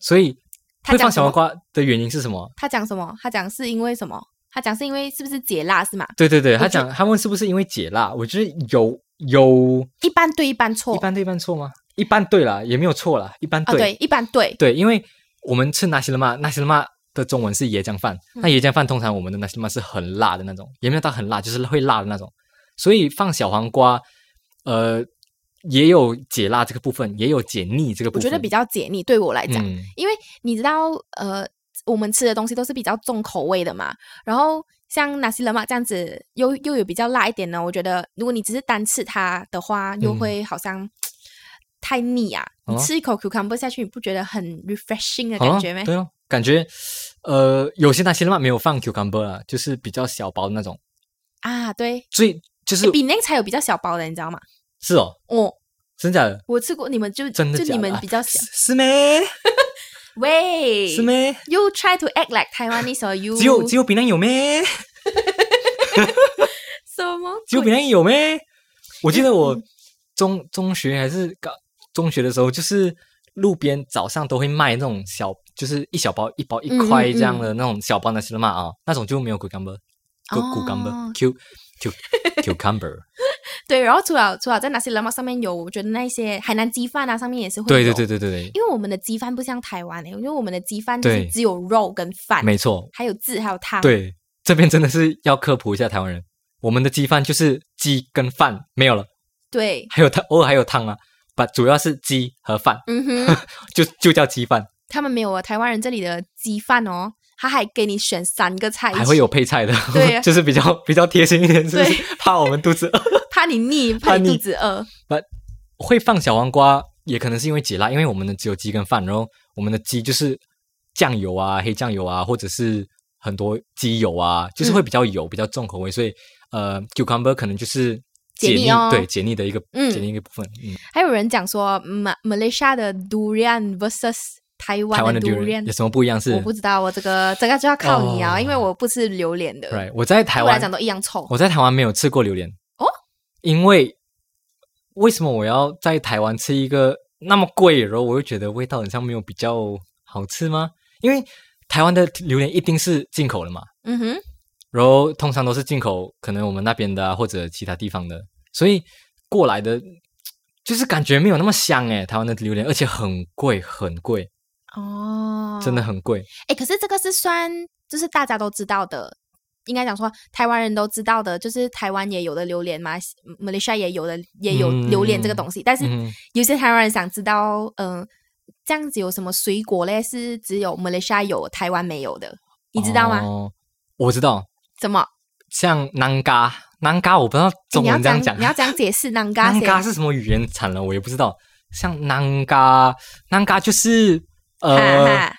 Speaker 1: 所以
Speaker 2: 他
Speaker 1: 会
Speaker 2: 讲
Speaker 1: 放
Speaker 2: 什
Speaker 1: 小黄
Speaker 2: 么
Speaker 1: 瓜的原因是什么？
Speaker 2: 他讲什么？他讲是因为什么？他讲是因为是不是解辣是吗？
Speaker 1: 对对对，他
Speaker 2: 觉
Speaker 1: 讲他问是不是因为解辣？我觉得有有
Speaker 2: 一般对一般错
Speaker 1: 一般对一般错吗？一般对啦，也没有错啦，一般
Speaker 2: 啊，对，一般对
Speaker 1: 对，因为我们吃纳西勒玛，纳西勒玛的中文是椰浆饭，
Speaker 2: 嗯
Speaker 1: 那椰浆饭通常我们的纳西勒玛是很辣的那种，也没有到很辣，就是会辣的那种。所以放小黄瓜，呃，也有解辣这个部分，也有解腻这个部
Speaker 2: 我
Speaker 1: 分。
Speaker 2: 觉得比较解腻，对我来讲，
Speaker 1: 嗯，
Speaker 2: 因为你知道，呃，我们吃的东西都是比较重口味的嘛。然后像纳西冷嘛这样子，又又有比较辣一点呢。我觉得，如果你只是单吃它的话，又
Speaker 1: 嗯
Speaker 2: 会好像太腻啊。
Speaker 1: 哦
Speaker 2: 你吃一口 cucumber 下去，你不觉得很 refreshing 的
Speaker 1: 好
Speaker 2: 感
Speaker 1: 了，
Speaker 2: 觉吗？
Speaker 1: 对哦，感觉呃，有些纳西勒玛没有放 cucumber 啊，就是比较小包的那种，
Speaker 2: 啊，对，
Speaker 1: 最就是
Speaker 2: 比那个才有比较小包的，你知道吗？
Speaker 1: 是哦，
Speaker 2: 哦，
Speaker 1: 真假的？
Speaker 2: 我吃过，你们就
Speaker 1: 真的
Speaker 2: 就
Speaker 1: 假
Speaker 2: 你
Speaker 1: 的
Speaker 2: 们
Speaker 1: 啊
Speaker 2: 比较小。
Speaker 1: 是咩？
Speaker 2: 喂
Speaker 1: 是咩？
Speaker 2: ，You try to act like Taiwanese or you
Speaker 1: 只有只有槟榔有咩？
Speaker 2: 什么鬼？
Speaker 1: 只有槟榔有咩？我记得
Speaker 2: 嗯
Speaker 1: 我中中学还是高中学的时候，就是路边早上都会卖那种小，就是一小包一包一块这样的那种小包的西拉玛啊，那种就没有 cucumber，cu
Speaker 2: 嗯哦
Speaker 1: cucumber cu cu cucumber，
Speaker 2: 对，然后除了除了在那些冷帽上面有，我觉得那一些海南鸡饭啊上面也是会
Speaker 1: 对对
Speaker 2: 有
Speaker 1: 对，对对
Speaker 2: 因为我们的鸡饭不像台湾诶、欸因为我们的鸡饭就是
Speaker 1: 对
Speaker 2: 只有肉跟饭
Speaker 1: 对，，没错，
Speaker 2: 还有字还有汤。，
Speaker 1: 对，这边真的是要科普一下台湾人，我们的鸡饭就是鸡跟饭没有了，
Speaker 2: 对，
Speaker 1: 还有汤，偶尔还有汤啊，把主要是鸡和饭，
Speaker 2: 嗯 哼，
Speaker 1: 就就叫鸡饭，
Speaker 2: 他们没有啊，台湾人这里的鸡饭哦，他还给你选三个菜一起，
Speaker 1: 还会有配菜的，
Speaker 2: 对
Speaker 1: 就是比较比较贴心一点，是不是？怕我们肚子饿，
Speaker 2: 怕你腻，怕
Speaker 1: 怕
Speaker 2: 你肚
Speaker 1: 腻
Speaker 2: 子饿。
Speaker 1: 会放小黄瓜，也可能是因为解辣，因为我们的只有鸡跟饭，然后我们的鸡就是酱油啊、黑酱油啊，或者是很多鸡油啊，就是
Speaker 2: 嗯
Speaker 1: 会比较油、比较重口味，所以呃，cucumber 可能就是
Speaker 2: 解腻
Speaker 1: 腻，
Speaker 2: 哦
Speaker 1: 对解腻的一个、
Speaker 2: 嗯
Speaker 1: 解腻一个部分，嗯。
Speaker 2: 还有人讲说马马来西亚的 durian versus 台
Speaker 1: 台
Speaker 2: 湾
Speaker 1: 湾
Speaker 2: 的
Speaker 1: 的
Speaker 2: durian，
Speaker 1: durian 有什么不一样是？
Speaker 2: 我不知道，我这个这个就要靠你啊，
Speaker 1: 哦
Speaker 2: 因为我不吃榴莲的
Speaker 1: right，我在台
Speaker 2: 对我来
Speaker 1: 湾
Speaker 2: 讲都一样臭。
Speaker 1: 我在台湾没有吃过榴莲
Speaker 2: 哦，
Speaker 1: 因为为什么我要在台湾吃一个那么贵，然后我又觉得味道很像没有比较好吃吗？因为台湾的榴莲一定是进口的嘛，
Speaker 2: 嗯哼，
Speaker 1: 然后通常都是进口，可能我们那边的、啊、或者其他地方的，所以过欸来的，就是感觉没有那么香诶，台湾的榴莲，而且很贵很贵，
Speaker 2: 哦，
Speaker 1: 真的很贵。
Speaker 2: 哎、可是这个是算就是大家都知道的，应该讲说台湾人都知道的，就是台湾也有的榴莲嘛，马来西亚也有的也有
Speaker 1: 嗯
Speaker 2: 榴莲这个东西，但是
Speaker 1: 嗯，
Speaker 2: 有些台湾人想知道，嗯、这样子有什么水果嘞是只有马来西亚有，台湾没有的，你知道吗？
Speaker 1: 哦我知道，
Speaker 2: 怎么？
Speaker 1: 像南嘎，南嘎我不知道
Speaker 2: 诶
Speaker 1: 中
Speaker 2: 你要
Speaker 1: 文这样
Speaker 2: 讲
Speaker 1: 讲
Speaker 2: 你，要讲解释南嘎
Speaker 1: 南
Speaker 2: 先
Speaker 1: 嘎是什么语言产了，我也不知道。像南嘎，南嘎就是呃，
Speaker 2: 哈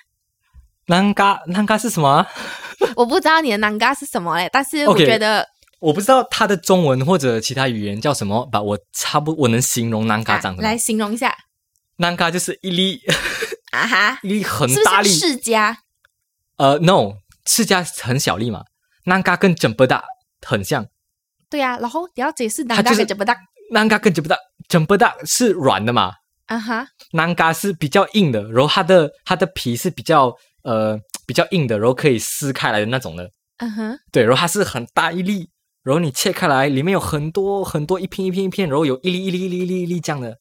Speaker 1: 南嘎南嘎是什么啊、
Speaker 2: 哈，我不知道你的南嘎是什么嘞，但是我
Speaker 1: OK
Speaker 2: 觉得
Speaker 1: 我不知道它的中文或者其他语言叫什么吧，我差不我能形容南嘎
Speaker 2: 啊
Speaker 1: 长什么。
Speaker 2: 来形容一下
Speaker 1: 南嘎就是一粒
Speaker 2: 啊哈，
Speaker 1: 一粒很
Speaker 2: 是不是
Speaker 1: 大
Speaker 2: 像
Speaker 1: 粒，
Speaker 2: 世家？
Speaker 1: 呃，no，世家很小粒嘛，南嘎跟整不大很像，
Speaker 2: 对呀、然后你要解释南
Speaker 1: 它
Speaker 2: 嘎
Speaker 1: 就是
Speaker 2: 跟怎么大
Speaker 1: 南嘎跟整不大，整不大是软的嘛，
Speaker 2: 啊哈，
Speaker 1: 南嘎是比较硬的，然后它的它的皮是比较呃比较硬的，然后可以撕开来的那种的。
Speaker 2: 嗯哼，
Speaker 1: 对，然后它是很大一粒，然后你切开来，里面有很多很多一片一片一片，然后有一粒一粒一粒一粒一粒这样的。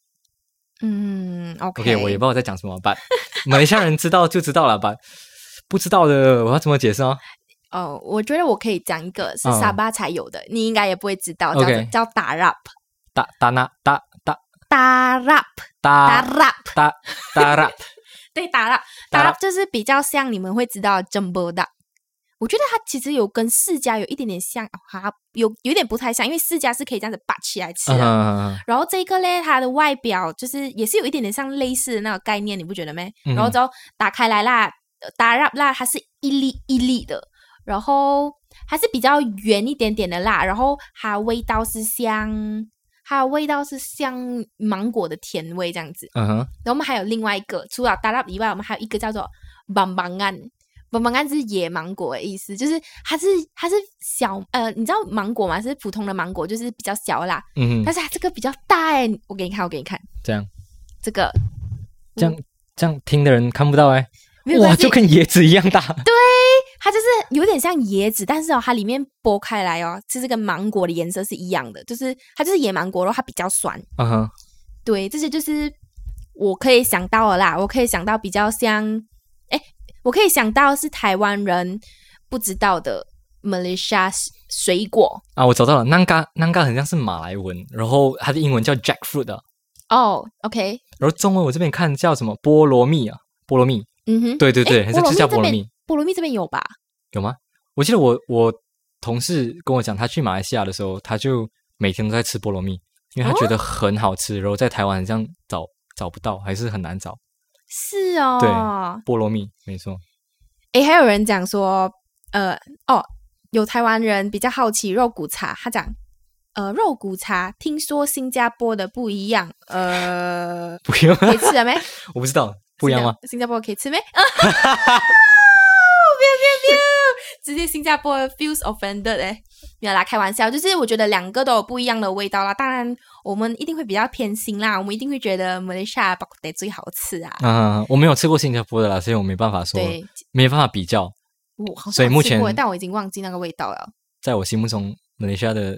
Speaker 2: 嗯
Speaker 1: OK，我也不知道我在讲什么，把 马来西亚人知道就知道了吧？不知道的我要怎么解释哦？
Speaker 2: 哦，我觉得我可以讲一个是
Speaker 1: 嗯
Speaker 2: 沙巴才有的，你应该也不会知道，叫
Speaker 1: OK
Speaker 2: 做叫达 rap，
Speaker 1: 达达那达达
Speaker 2: 达 rap，达
Speaker 1: 达
Speaker 2: rap，
Speaker 1: 达达啦，
Speaker 2: 对，达 rap，
Speaker 1: 达
Speaker 2: 达
Speaker 1: rap
Speaker 2: rap 就是比较像你们会知道的 jumbo 的。我觉得它其实有跟释迦有一点点像，哈，有有点不太像，因为释迦 是可啊以这样子拔起来吃
Speaker 1: 嗯
Speaker 2: 的，
Speaker 1: 嗯
Speaker 2: 然后这个嘞，它的外表就是也是有一点点像类似的那个概念，你不觉得没？
Speaker 1: 嗯
Speaker 2: 然后之后打开来啦，呃打 rap 啦，它是一粒一粒的，然后它是比较圆一点点的啦，然后它味道是像它的味道是像芒果的甜味这样子。
Speaker 1: 嗯哼，
Speaker 2: 然后我们还有另外一个，除了打 rap 以外，我们还有一个叫做 bang bang 安。棒棒干是野芒果的意思，就是它是它是小呃，你知道芒果吗？是普通的芒果，就是比较小啦。
Speaker 1: 嗯
Speaker 2: 但
Speaker 1: 哼，
Speaker 2: 是它这个比较大哎、我给你看，我给你看
Speaker 1: 这样
Speaker 2: 这个
Speaker 1: 这样这样听的人看不到哎，
Speaker 2: 没有
Speaker 1: 哇，
Speaker 2: 关系
Speaker 1: 就，跟椰子一样大。
Speaker 2: 它就是有点像椰子，但是哦，它里面剥开来哦，其实跟芒果的颜色是一样的，就是它就是野芒果，然后它比较酸。
Speaker 1: 嗯哼，
Speaker 2: 对，这些就是我可以想到的啦，我可以想到比较像，哎，我可以想到是台湾人不知道的马来西亚水果
Speaker 1: 啊，我找到了，南嘎南嘎很像是马来文，然后它的英文叫 jackfruit 的，
Speaker 2: 哦。OK，
Speaker 1: 然后中文我这边看叫什么菠萝蜜啊，菠萝蜜，
Speaker 2: 嗯 哼，
Speaker 1: 对对对，
Speaker 2: 诶
Speaker 1: 还是就叫菠
Speaker 2: 这
Speaker 1: 萝
Speaker 2: 边
Speaker 1: 蜜，
Speaker 2: 菠萝蜜这边有吧？
Speaker 1: 有吗？我记得我我同事跟我讲，他去马来西亚的时候，他就每天都在吃菠萝蜜，因为他
Speaker 2: 哦
Speaker 1: 觉得很好吃，然后在台湾好像找找不到，还是很难找
Speaker 2: 是哦，
Speaker 1: 对菠萝蜜，没错，
Speaker 2: 诶，还有人讲说，呃，哦，有台湾人比较好奇肉骨茶，他讲，呃，肉骨茶听说新加坡的不一样，呃，
Speaker 1: 不用，
Speaker 2: 可以吃了没？
Speaker 1: 我不知道 不一样吗？
Speaker 2: 新加？新加坡可以吃没？ 啊哈哈哈直接新加坡 feels offended 哎、没有啦，开玩笑，就是我觉得两个都有不一样的味道啦。当然，我们一定会比较偏心啦，我们一定会觉得马来西亚 b a k 最好吃啊。
Speaker 1: 啊、我没有吃过新加坡的啦，所以我没办法说，
Speaker 2: 对，
Speaker 1: 没办法比较，
Speaker 2: 我好像
Speaker 1: 所以
Speaker 2: 有
Speaker 1: 目
Speaker 2: 吃过
Speaker 1: 前
Speaker 2: 但我已经忘记那个味道了。
Speaker 1: 在我心目中，马来西亚的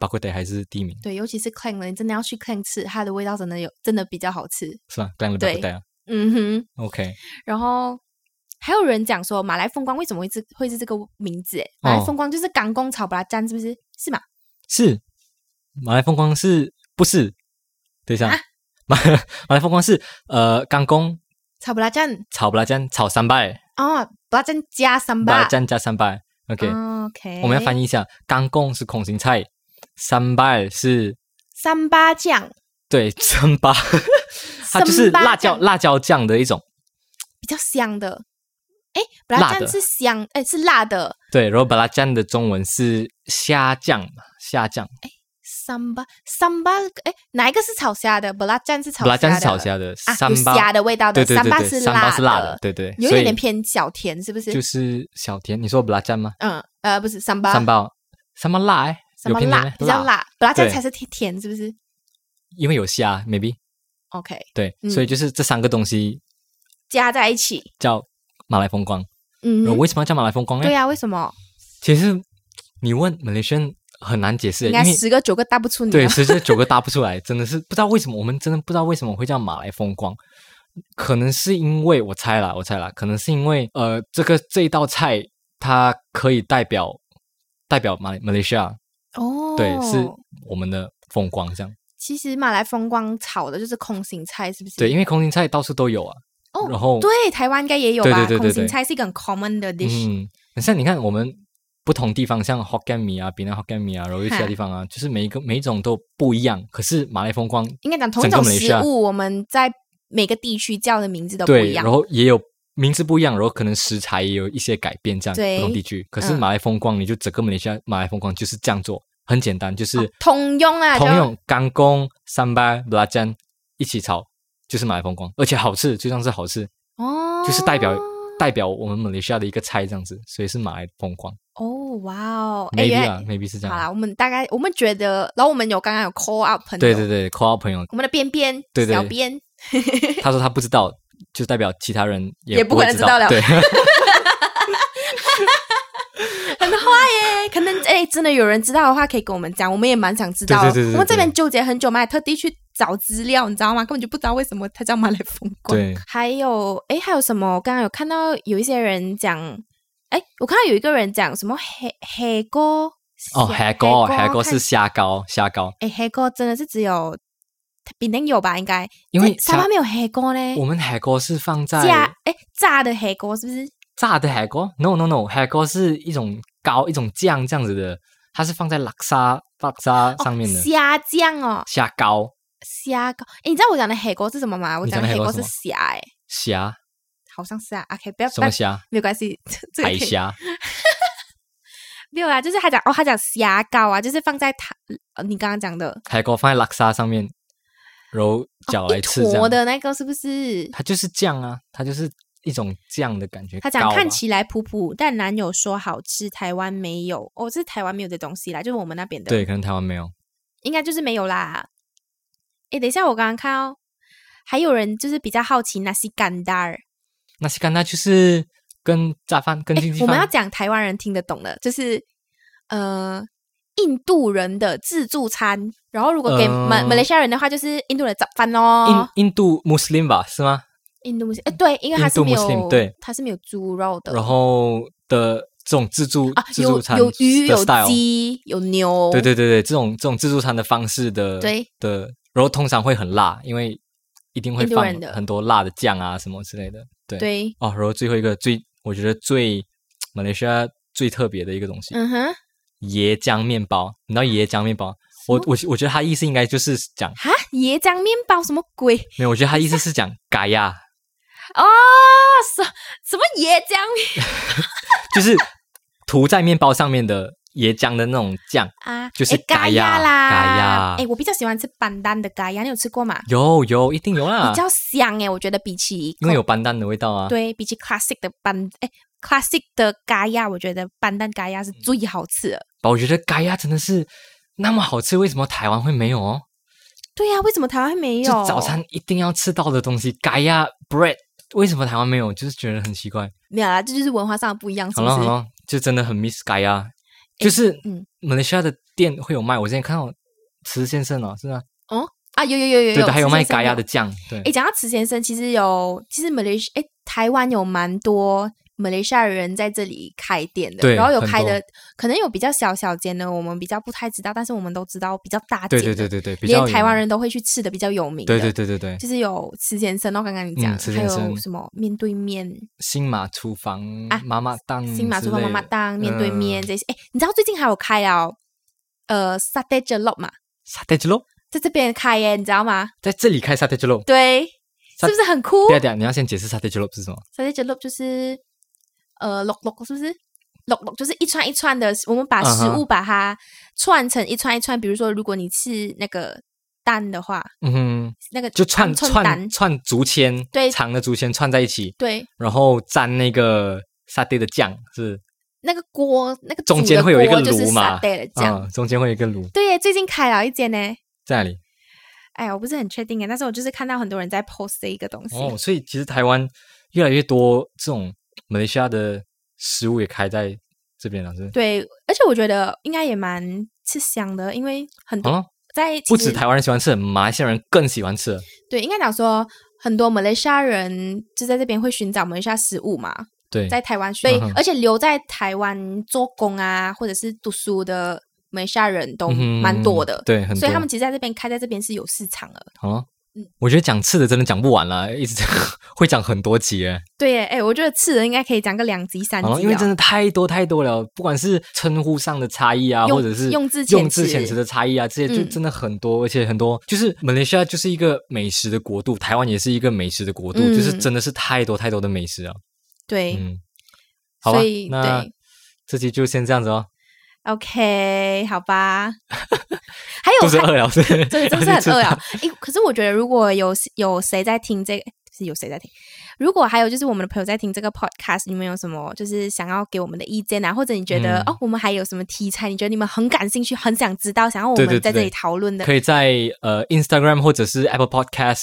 Speaker 1: 巴库德还是第一名，
Speaker 2: 对，尤其是 clang 的，你真的要去 clang 吃，它的味道真的有真的比较好吃。
Speaker 1: 是吧？干了巴
Speaker 2: 对
Speaker 1: 库德啊
Speaker 2: 嗯哼，
Speaker 1: ，OK，
Speaker 2: 然后还有人讲说马来风光为什么会是会是这个名字？诶，马来
Speaker 1: 哦
Speaker 2: 风光就是港工炒巴拉蘸，是不是？是吗？
Speaker 1: 是马来风光是不是？等一下，
Speaker 2: 啊
Speaker 1: 马马来风光是呃，刚公
Speaker 2: 炒巴拉蘸
Speaker 1: 炒不拉酱炒三拜，
Speaker 2: 哦，巴拉蘸加三
Speaker 1: 巴拉
Speaker 2: 巴。
Speaker 1: 酱加三拜。OK，、
Speaker 2: OK，
Speaker 1: 我们要翻
Speaker 2: 译
Speaker 1: 译一下，刚公是空心菜，三拜是
Speaker 2: 三巴酱
Speaker 1: 对三八，它就是
Speaker 2: 三八
Speaker 1: 辣椒
Speaker 2: 酱
Speaker 1: 辣椒酱的一种。
Speaker 2: 比较香的。诶，巴拉
Speaker 1: 辣的
Speaker 2: 蘸是香，诶，是辣的。
Speaker 1: 对，然后巴拉酱的中文是虾酱嘛，虾酱，
Speaker 2: 三巴三巴，诶，哪一个是炒虾的？巴拉蘸是炒
Speaker 1: 巴拉酱是
Speaker 2: 的
Speaker 1: 炒虾的，
Speaker 2: 啊，
Speaker 1: 三
Speaker 2: 有
Speaker 1: 八、
Speaker 2: 虾的味道的，
Speaker 1: 对对
Speaker 2: 三
Speaker 1: 对
Speaker 2: 巴
Speaker 1: 对，
Speaker 2: 是
Speaker 1: 三八是辣
Speaker 2: 的
Speaker 1: 的，，对对，
Speaker 2: 有一
Speaker 1: 所
Speaker 2: 点
Speaker 1: 以
Speaker 2: 点偏小甜，是不是？
Speaker 1: 就是小甜。你说巴拉酱吗？
Speaker 2: 嗯，呃，不是三八，
Speaker 1: 三八三八辣、欸，
Speaker 2: 三八
Speaker 1: 有偏甜
Speaker 2: 辣
Speaker 1: 咩
Speaker 2: 比较，辣，本来这样
Speaker 1: 对
Speaker 2: 才是甜甜，是不是
Speaker 1: 因为有虾，maybe
Speaker 2: ？OK，
Speaker 1: 对，
Speaker 2: 嗯
Speaker 1: 所以就是这三个东西
Speaker 2: 加在一起，
Speaker 1: 叫马来风光。
Speaker 2: 嗯
Speaker 1: 然后
Speaker 2: 哼，
Speaker 1: 为什么要叫马来风光呢？
Speaker 2: 对呀、啊为什么？
Speaker 1: 其实你问 Malaysian 很难解释，
Speaker 2: 应
Speaker 1: 因
Speaker 2: 该
Speaker 1: 为
Speaker 2: 十个九个答不出你啊。
Speaker 1: 对，其实这九个答不出来，真的是不知道为什么，我们真的不知道为什么会叫马来风光。可能是因为我猜啦，我猜啦，可能是因为呃，这个这一道菜它可以代表代表马马来西亚，
Speaker 2: 哦，
Speaker 1: 对，是我们的风光这样。
Speaker 2: 其实马来风光炒的就是空心菜，是不是？
Speaker 1: 对，因为空心菜到处都有啊。
Speaker 2: 嗯哦
Speaker 1: 然后
Speaker 2: 对台湾应该也有吧？
Speaker 1: 对对对对
Speaker 2: 空心
Speaker 1: 对
Speaker 2: 菜是一个很 common 的 dish，、
Speaker 1: 嗯，很像你看我们不同地方，像 Hokkien 米啊、槟榔 Hokkien 米啊，然后其他
Speaker 2: 哈
Speaker 1: 地方啊，就是每一个每一种都不一样。可是马来风光
Speaker 2: 应该讲同
Speaker 1: 整
Speaker 2: 一种
Speaker 1: 个马来西
Speaker 2: 食
Speaker 1: 亚
Speaker 2: 物，我们在每个地区叫的名字都不
Speaker 1: 对，
Speaker 2: 一样
Speaker 1: 然。后也有名字不一样，然后可能食材也有一些改变，这样
Speaker 2: 对
Speaker 1: 不同地区。可是
Speaker 2: 嗯
Speaker 1: 马来风光，你就整个马来西亚马来风光就是这样做，很简单，就是
Speaker 2: 通用啊，
Speaker 1: 通
Speaker 2: 就
Speaker 1: 用干工、三巴、拉詹一起炒，就是马来风光，而且好吃，就像是好吃，
Speaker 2: 哦，
Speaker 1: 就是代表代表我们马来西亚的一个菜这样子，所以是马来风光。
Speaker 2: 哦，哇哦，哎
Speaker 1: maybe
Speaker 2: 原
Speaker 1: 啊
Speaker 2: 来
Speaker 1: ，maybe 是这
Speaker 2: 好
Speaker 1: 样。
Speaker 2: 啦，我们大概我们觉得，然后我们有刚刚有 call out 朋友，
Speaker 1: 对对对，call out 朋 友，
Speaker 2: 我们的边边
Speaker 1: 对对
Speaker 2: 小边，
Speaker 1: 他说他不知道，就代表其他人
Speaker 2: 也
Speaker 1: 不
Speaker 2: 不可
Speaker 1: 会
Speaker 2: 能知道了
Speaker 1: 对，
Speaker 2: 很坏耶。可能哎，真的有人知道的话，可以跟我们讲，我们也蛮想知道的。
Speaker 1: 对对对对对
Speaker 2: 我们这边纠结很久嘛，还特地去找资料，你知道吗？根本就不知道为什么它叫马来风光。
Speaker 1: 对
Speaker 2: 还有哎，还有什么？我刚刚有看到有一些人讲，哎，我看到有一个人讲什么黑黑锅
Speaker 1: 哦，海膏，海膏
Speaker 2: 看
Speaker 1: 是虾膏，虾膏，
Speaker 2: 哎，黑锅真的是只有比定有吧？应该
Speaker 1: 因为
Speaker 2: 这沙巴
Speaker 1: 虾
Speaker 2: 没有黑锅嘞
Speaker 1: 我。们海膏是放在
Speaker 2: 炸哎炸的黑锅是不是？
Speaker 1: 炸的海膏？No No No，海膏是一种膏，一种酱这样子的，它是放在拉沙拉沙上面的
Speaker 2: 哦、虾酱哦，
Speaker 1: 虾膏
Speaker 2: 虾膏。哎，你知道我讲的黑锅是什么吗？我
Speaker 1: 你
Speaker 2: 讲
Speaker 1: 讲的
Speaker 2: 的黑
Speaker 1: 黑
Speaker 2: 锅
Speaker 1: 锅
Speaker 2: 是
Speaker 1: 是
Speaker 2: 虾哎，
Speaker 1: 虾
Speaker 2: 好像是啊。OK，不要
Speaker 1: 什
Speaker 2: 不要
Speaker 1: 么，虾？
Speaker 2: 没有关系， 这个可
Speaker 1: 海
Speaker 2: 以
Speaker 1: 虾
Speaker 2: 没有啦，就是他讲哦，他讲虾膏啊，就是放在他呃你刚刚讲的
Speaker 1: 海膏放在拉沙上面，然后搅来
Speaker 2: 哦一
Speaker 1: 吃这
Speaker 2: 坨
Speaker 1: 样。
Speaker 2: 的那个是不是？
Speaker 1: 它就是酱啊，它就是一种酱的感觉。
Speaker 2: 他讲
Speaker 1: 膏吧
Speaker 2: 看起来普普，但男友说好吃，台湾没有哦，这是台湾没有的东西啦，就是我们那边的。
Speaker 1: 对，可能台湾没有。
Speaker 2: 应该就是没有啦。诶，等一下，我刚刚看哦，还有人就是比较好奇那西干达尔。
Speaker 1: 那西干那就是跟炸饭跟经
Speaker 2: 诶
Speaker 1: 济
Speaker 2: 哎我们要
Speaker 1: 饭，
Speaker 2: 讲台湾人听得懂的，就是呃印度人的自助餐。然后如果给马
Speaker 1: 嗯
Speaker 2: 马来西亚人的话，就是印度人的早饭咯。
Speaker 1: 印印度穆斯林吧是吗？
Speaker 2: 印度穆斯哎对，因为它
Speaker 1: 印
Speaker 2: 是
Speaker 1: 度
Speaker 2: 没有
Speaker 1: Muslim，对
Speaker 2: 它是没有猪肉的。
Speaker 1: 然后的这种自助
Speaker 2: 啊，
Speaker 1: 自
Speaker 2: 有
Speaker 1: 助餐
Speaker 2: 有
Speaker 1: 的
Speaker 2: 鱼、有
Speaker 1: style
Speaker 2: 鸡、有牛，
Speaker 1: 对对对对，这种这种自助餐的方式的
Speaker 2: 对
Speaker 1: 的，然后通常会很辣，因为一定会
Speaker 2: 印度
Speaker 1: 放
Speaker 2: 人的
Speaker 1: 很多辣的酱啊什么之类的。对
Speaker 2: 对
Speaker 1: 哦，然后最后一个最我觉得最马来西亚最特别的一个东西，
Speaker 2: 嗯哼，
Speaker 1: 椰浆面包。你知道椰浆面包？
Speaker 2: 嗯
Speaker 1: 我我我觉得它意思应该就是讲，
Speaker 2: 哈椰浆面包什么鬼？
Speaker 1: 没有，我觉得它意思是讲 嘎呀，
Speaker 2: 哦，什什么椰浆面
Speaker 1: 就是涂在面包上面的椰浆的那种酱。
Speaker 2: 啊，
Speaker 1: 就是
Speaker 2: 诶咖
Speaker 1: 咖
Speaker 2: 呀
Speaker 1: 呀
Speaker 2: 啦，
Speaker 1: 咖呀
Speaker 2: 哎、我比较喜欢吃板丹的咖呀，你有吃过吗？
Speaker 1: 有有，一定有啦
Speaker 2: 比，较香哎、我觉得比起
Speaker 1: 啊因为有斑蛋的味道啊。
Speaker 2: 对比起 classic 的板哎、classic 的咖呀，我觉得板丹咖呀
Speaker 1: 嗯
Speaker 2: 是最好吃的。
Speaker 1: 吧我觉得嘎呀真的是那么好吃，为什么台湾会没有哦？
Speaker 2: 对啊呀、为什么台湾没
Speaker 1: 就
Speaker 2: 有？
Speaker 1: 早餐一定要吃到的东西，嘎呀 bread，为什么台湾没有？就是觉得很奇怪。
Speaker 2: 没有啦，这就是文化上的不一样，是
Speaker 1: 好
Speaker 2: 不
Speaker 1: 了
Speaker 2: 是？
Speaker 1: 好了，就真的很 miss 嘎呀，就是
Speaker 2: 嗯
Speaker 1: 马来西亚的店会有卖。我之前看到池先生哦，是吗？
Speaker 2: 啊，有有有有
Speaker 1: 对
Speaker 2: 有，
Speaker 1: 的，还有卖
Speaker 2: 咖
Speaker 1: 嘎呀的。酱，对
Speaker 2: 哎、，讲到池先生，其实有，其实马来西哎、台湾有蛮多马来西亚人在这里开店的，
Speaker 1: 对
Speaker 2: 然后有
Speaker 1: 很
Speaker 2: 开
Speaker 1: 多
Speaker 2: 的，可能有比较小小间的，我们比较不太知道，但是我们都知道比较大
Speaker 1: 对
Speaker 2: 间
Speaker 1: 对
Speaker 2: 的，
Speaker 1: 对对对，比较
Speaker 2: 连台湾
Speaker 1: 有，
Speaker 2: 人都会去吃的比较有名的，
Speaker 1: 对对对对对，
Speaker 2: 就是有池先生哦，刚刚你讲，
Speaker 1: 嗯池
Speaker 2: 还
Speaker 1: 先生
Speaker 2: 有什么面对面、
Speaker 1: 新马厨房
Speaker 2: 啊
Speaker 1: 妈妈档嗯之类的，嗯
Speaker 2: 新马厨房妈妈档、面对面这些，哎、你知道最近还有开了呃 s a t e j e l o 嘛，
Speaker 1: 沙爹鸡肉，
Speaker 2: 在这边开耶，你知道吗？
Speaker 1: 在这里开沙爹鸡肉。
Speaker 2: 对，是
Speaker 1: 沙
Speaker 2: 不是很酷？
Speaker 1: 第二点，你要先解释沙爹鸡肉是什么？
Speaker 2: 沙爹卷 look 就是呃 look look 是不是？look look 就是一串一串的，我们把
Speaker 1: 嗯
Speaker 2: 食
Speaker 1: 哼
Speaker 2: 物把它串成一串一串。比如说，如果你吃那个蛋的话，
Speaker 1: 嗯哼。
Speaker 2: 那个
Speaker 1: 就串
Speaker 2: 串
Speaker 1: 串
Speaker 2: 蛋，
Speaker 1: 串竹签，
Speaker 2: 对
Speaker 1: 长的竹签串在一起，
Speaker 2: 对，
Speaker 1: 然后沾那个沙爹的酱，是
Speaker 2: 那个锅那个
Speaker 1: 中
Speaker 2: 煮
Speaker 1: 间
Speaker 2: 的
Speaker 1: 会有一
Speaker 2: 锅
Speaker 1: 个
Speaker 2: 就是
Speaker 1: 炉嘛
Speaker 2: 沙爹的酱。
Speaker 1: 嗯，中间会有一个炉
Speaker 2: 对耶，最近开了一间呢。
Speaker 1: 在那里。
Speaker 2: 哎呀，我不是很确定哎，但是我就是看到很多人在 post 这一个东西。
Speaker 1: 哦，所以其实台湾越来越多这种马来西亚的食物也开在这边了，是不是？
Speaker 2: 对，而且我觉得应该也蛮吃香的，因为很
Speaker 1: 好
Speaker 2: 多
Speaker 1: 了，
Speaker 2: 在
Speaker 1: 不
Speaker 2: 其实
Speaker 1: 止台湾人喜欢吃，马来西亚人更喜欢吃了。
Speaker 2: 对，应该讲说，很多马来西亚人就在这边会寻找马来西亚食物嘛，
Speaker 1: 对，
Speaker 2: 在台湾，所以
Speaker 1: 嗯哼
Speaker 2: 而且留在台湾做工啊，或者是读书的马来西亚人都
Speaker 1: 嗯哼
Speaker 2: 蛮多的，
Speaker 1: 对，很多。
Speaker 2: 所以他们其实在这边开在这边是有市场的。
Speaker 1: 好、哦
Speaker 2: 嗯，
Speaker 1: 我觉得讲吃的真的讲不完了，一直讲会讲很多集哎。
Speaker 2: 对耶，哎，我觉得次人应该可以讲个两集三集
Speaker 1: 好
Speaker 2: 啊，
Speaker 1: 了，因为真的太多太多了，不管是称呼上的差异啊，
Speaker 2: 用
Speaker 1: 或者是
Speaker 2: 用字遣词
Speaker 1: 用字遣词的差异啊，这些就
Speaker 2: 嗯
Speaker 1: 真的很多，而且很多就是马来西亚就是一个美食的国度，台湾也是一个美食的国度，
Speaker 2: 嗯
Speaker 1: 就是真的是太多太多的美食啊。
Speaker 2: 对，
Speaker 1: 嗯，好吧
Speaker 2: 所以，
Speaker 1: 那
Speaker 2: 对
Speaker 1: 这集就先这样子哦，
Speaker 2: ，OK，好吧。还
Speaker 1: 肚
Speaker 2: 有
Speaker 1: 子
Speaker 2: 哎还
Speaker 1: 饿 了，是
Speaker 2: 真的
Speaker 1: 要
Speaker 2: 真
Speaker 1: 去
Speaker 2: 是
Speaker 1: 吃
Speaker 2: 很饿
Speaker 1: 饭
Speaker 2: 啊呀！诶，可是我觉得如果有有谁在听这个，就是有谁在听，如果还有就是我们的朋友在听这个 podcast，你们有什么就是想要给我们的意见啊，或者你觉得、
Speaker 1: 嗯
Speaker 2: 哦，我们还有什么题材，你觉得你们很感兴趣，很想知道，想要我
Speaker 1: 对对
Speaker 2: 们在
Speaker 1: 对
Speaker 2: 这
Speaker 1: 对
Speaker 2: 里讨论的，
Speaker 1: 可以在呃 Instagram 或者是 Apple Podcast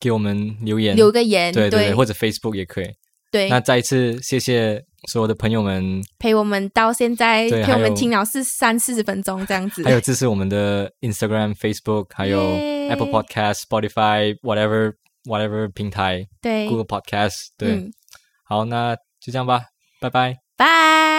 Speaker 1: 给我们留言，
Speaker 2: 留个言，
Speaker 1: 对对，
Speaker 2: 对
Speaker 1: 或者 Facebook 也可以。
Speaker 2: 对
Speaker 1: 那再一次谢谢所有的朋友们，
Speaker 2: 陪我们到现在，
Speaker 1: 对
Speaker 2: 陪我
Speaker 1: 还
Speaker 2: 们
Speaker 1: 有
Speaker 2: 听了是三四十分钟这样子
Speaker 1: 还，有支持我们的 Instagram、Facebook，还有 Apple
Speaker 2: 耶
Speaker 1: Podcast、Spotify、whatever whatever 平台
Speaker 2: 对，
Speaker 1: ，Google Podcast，对，
Speaker 2: 嗯，
Speaker 1: 好，那就这样吧，拜拜。
Speaker 2: 拜。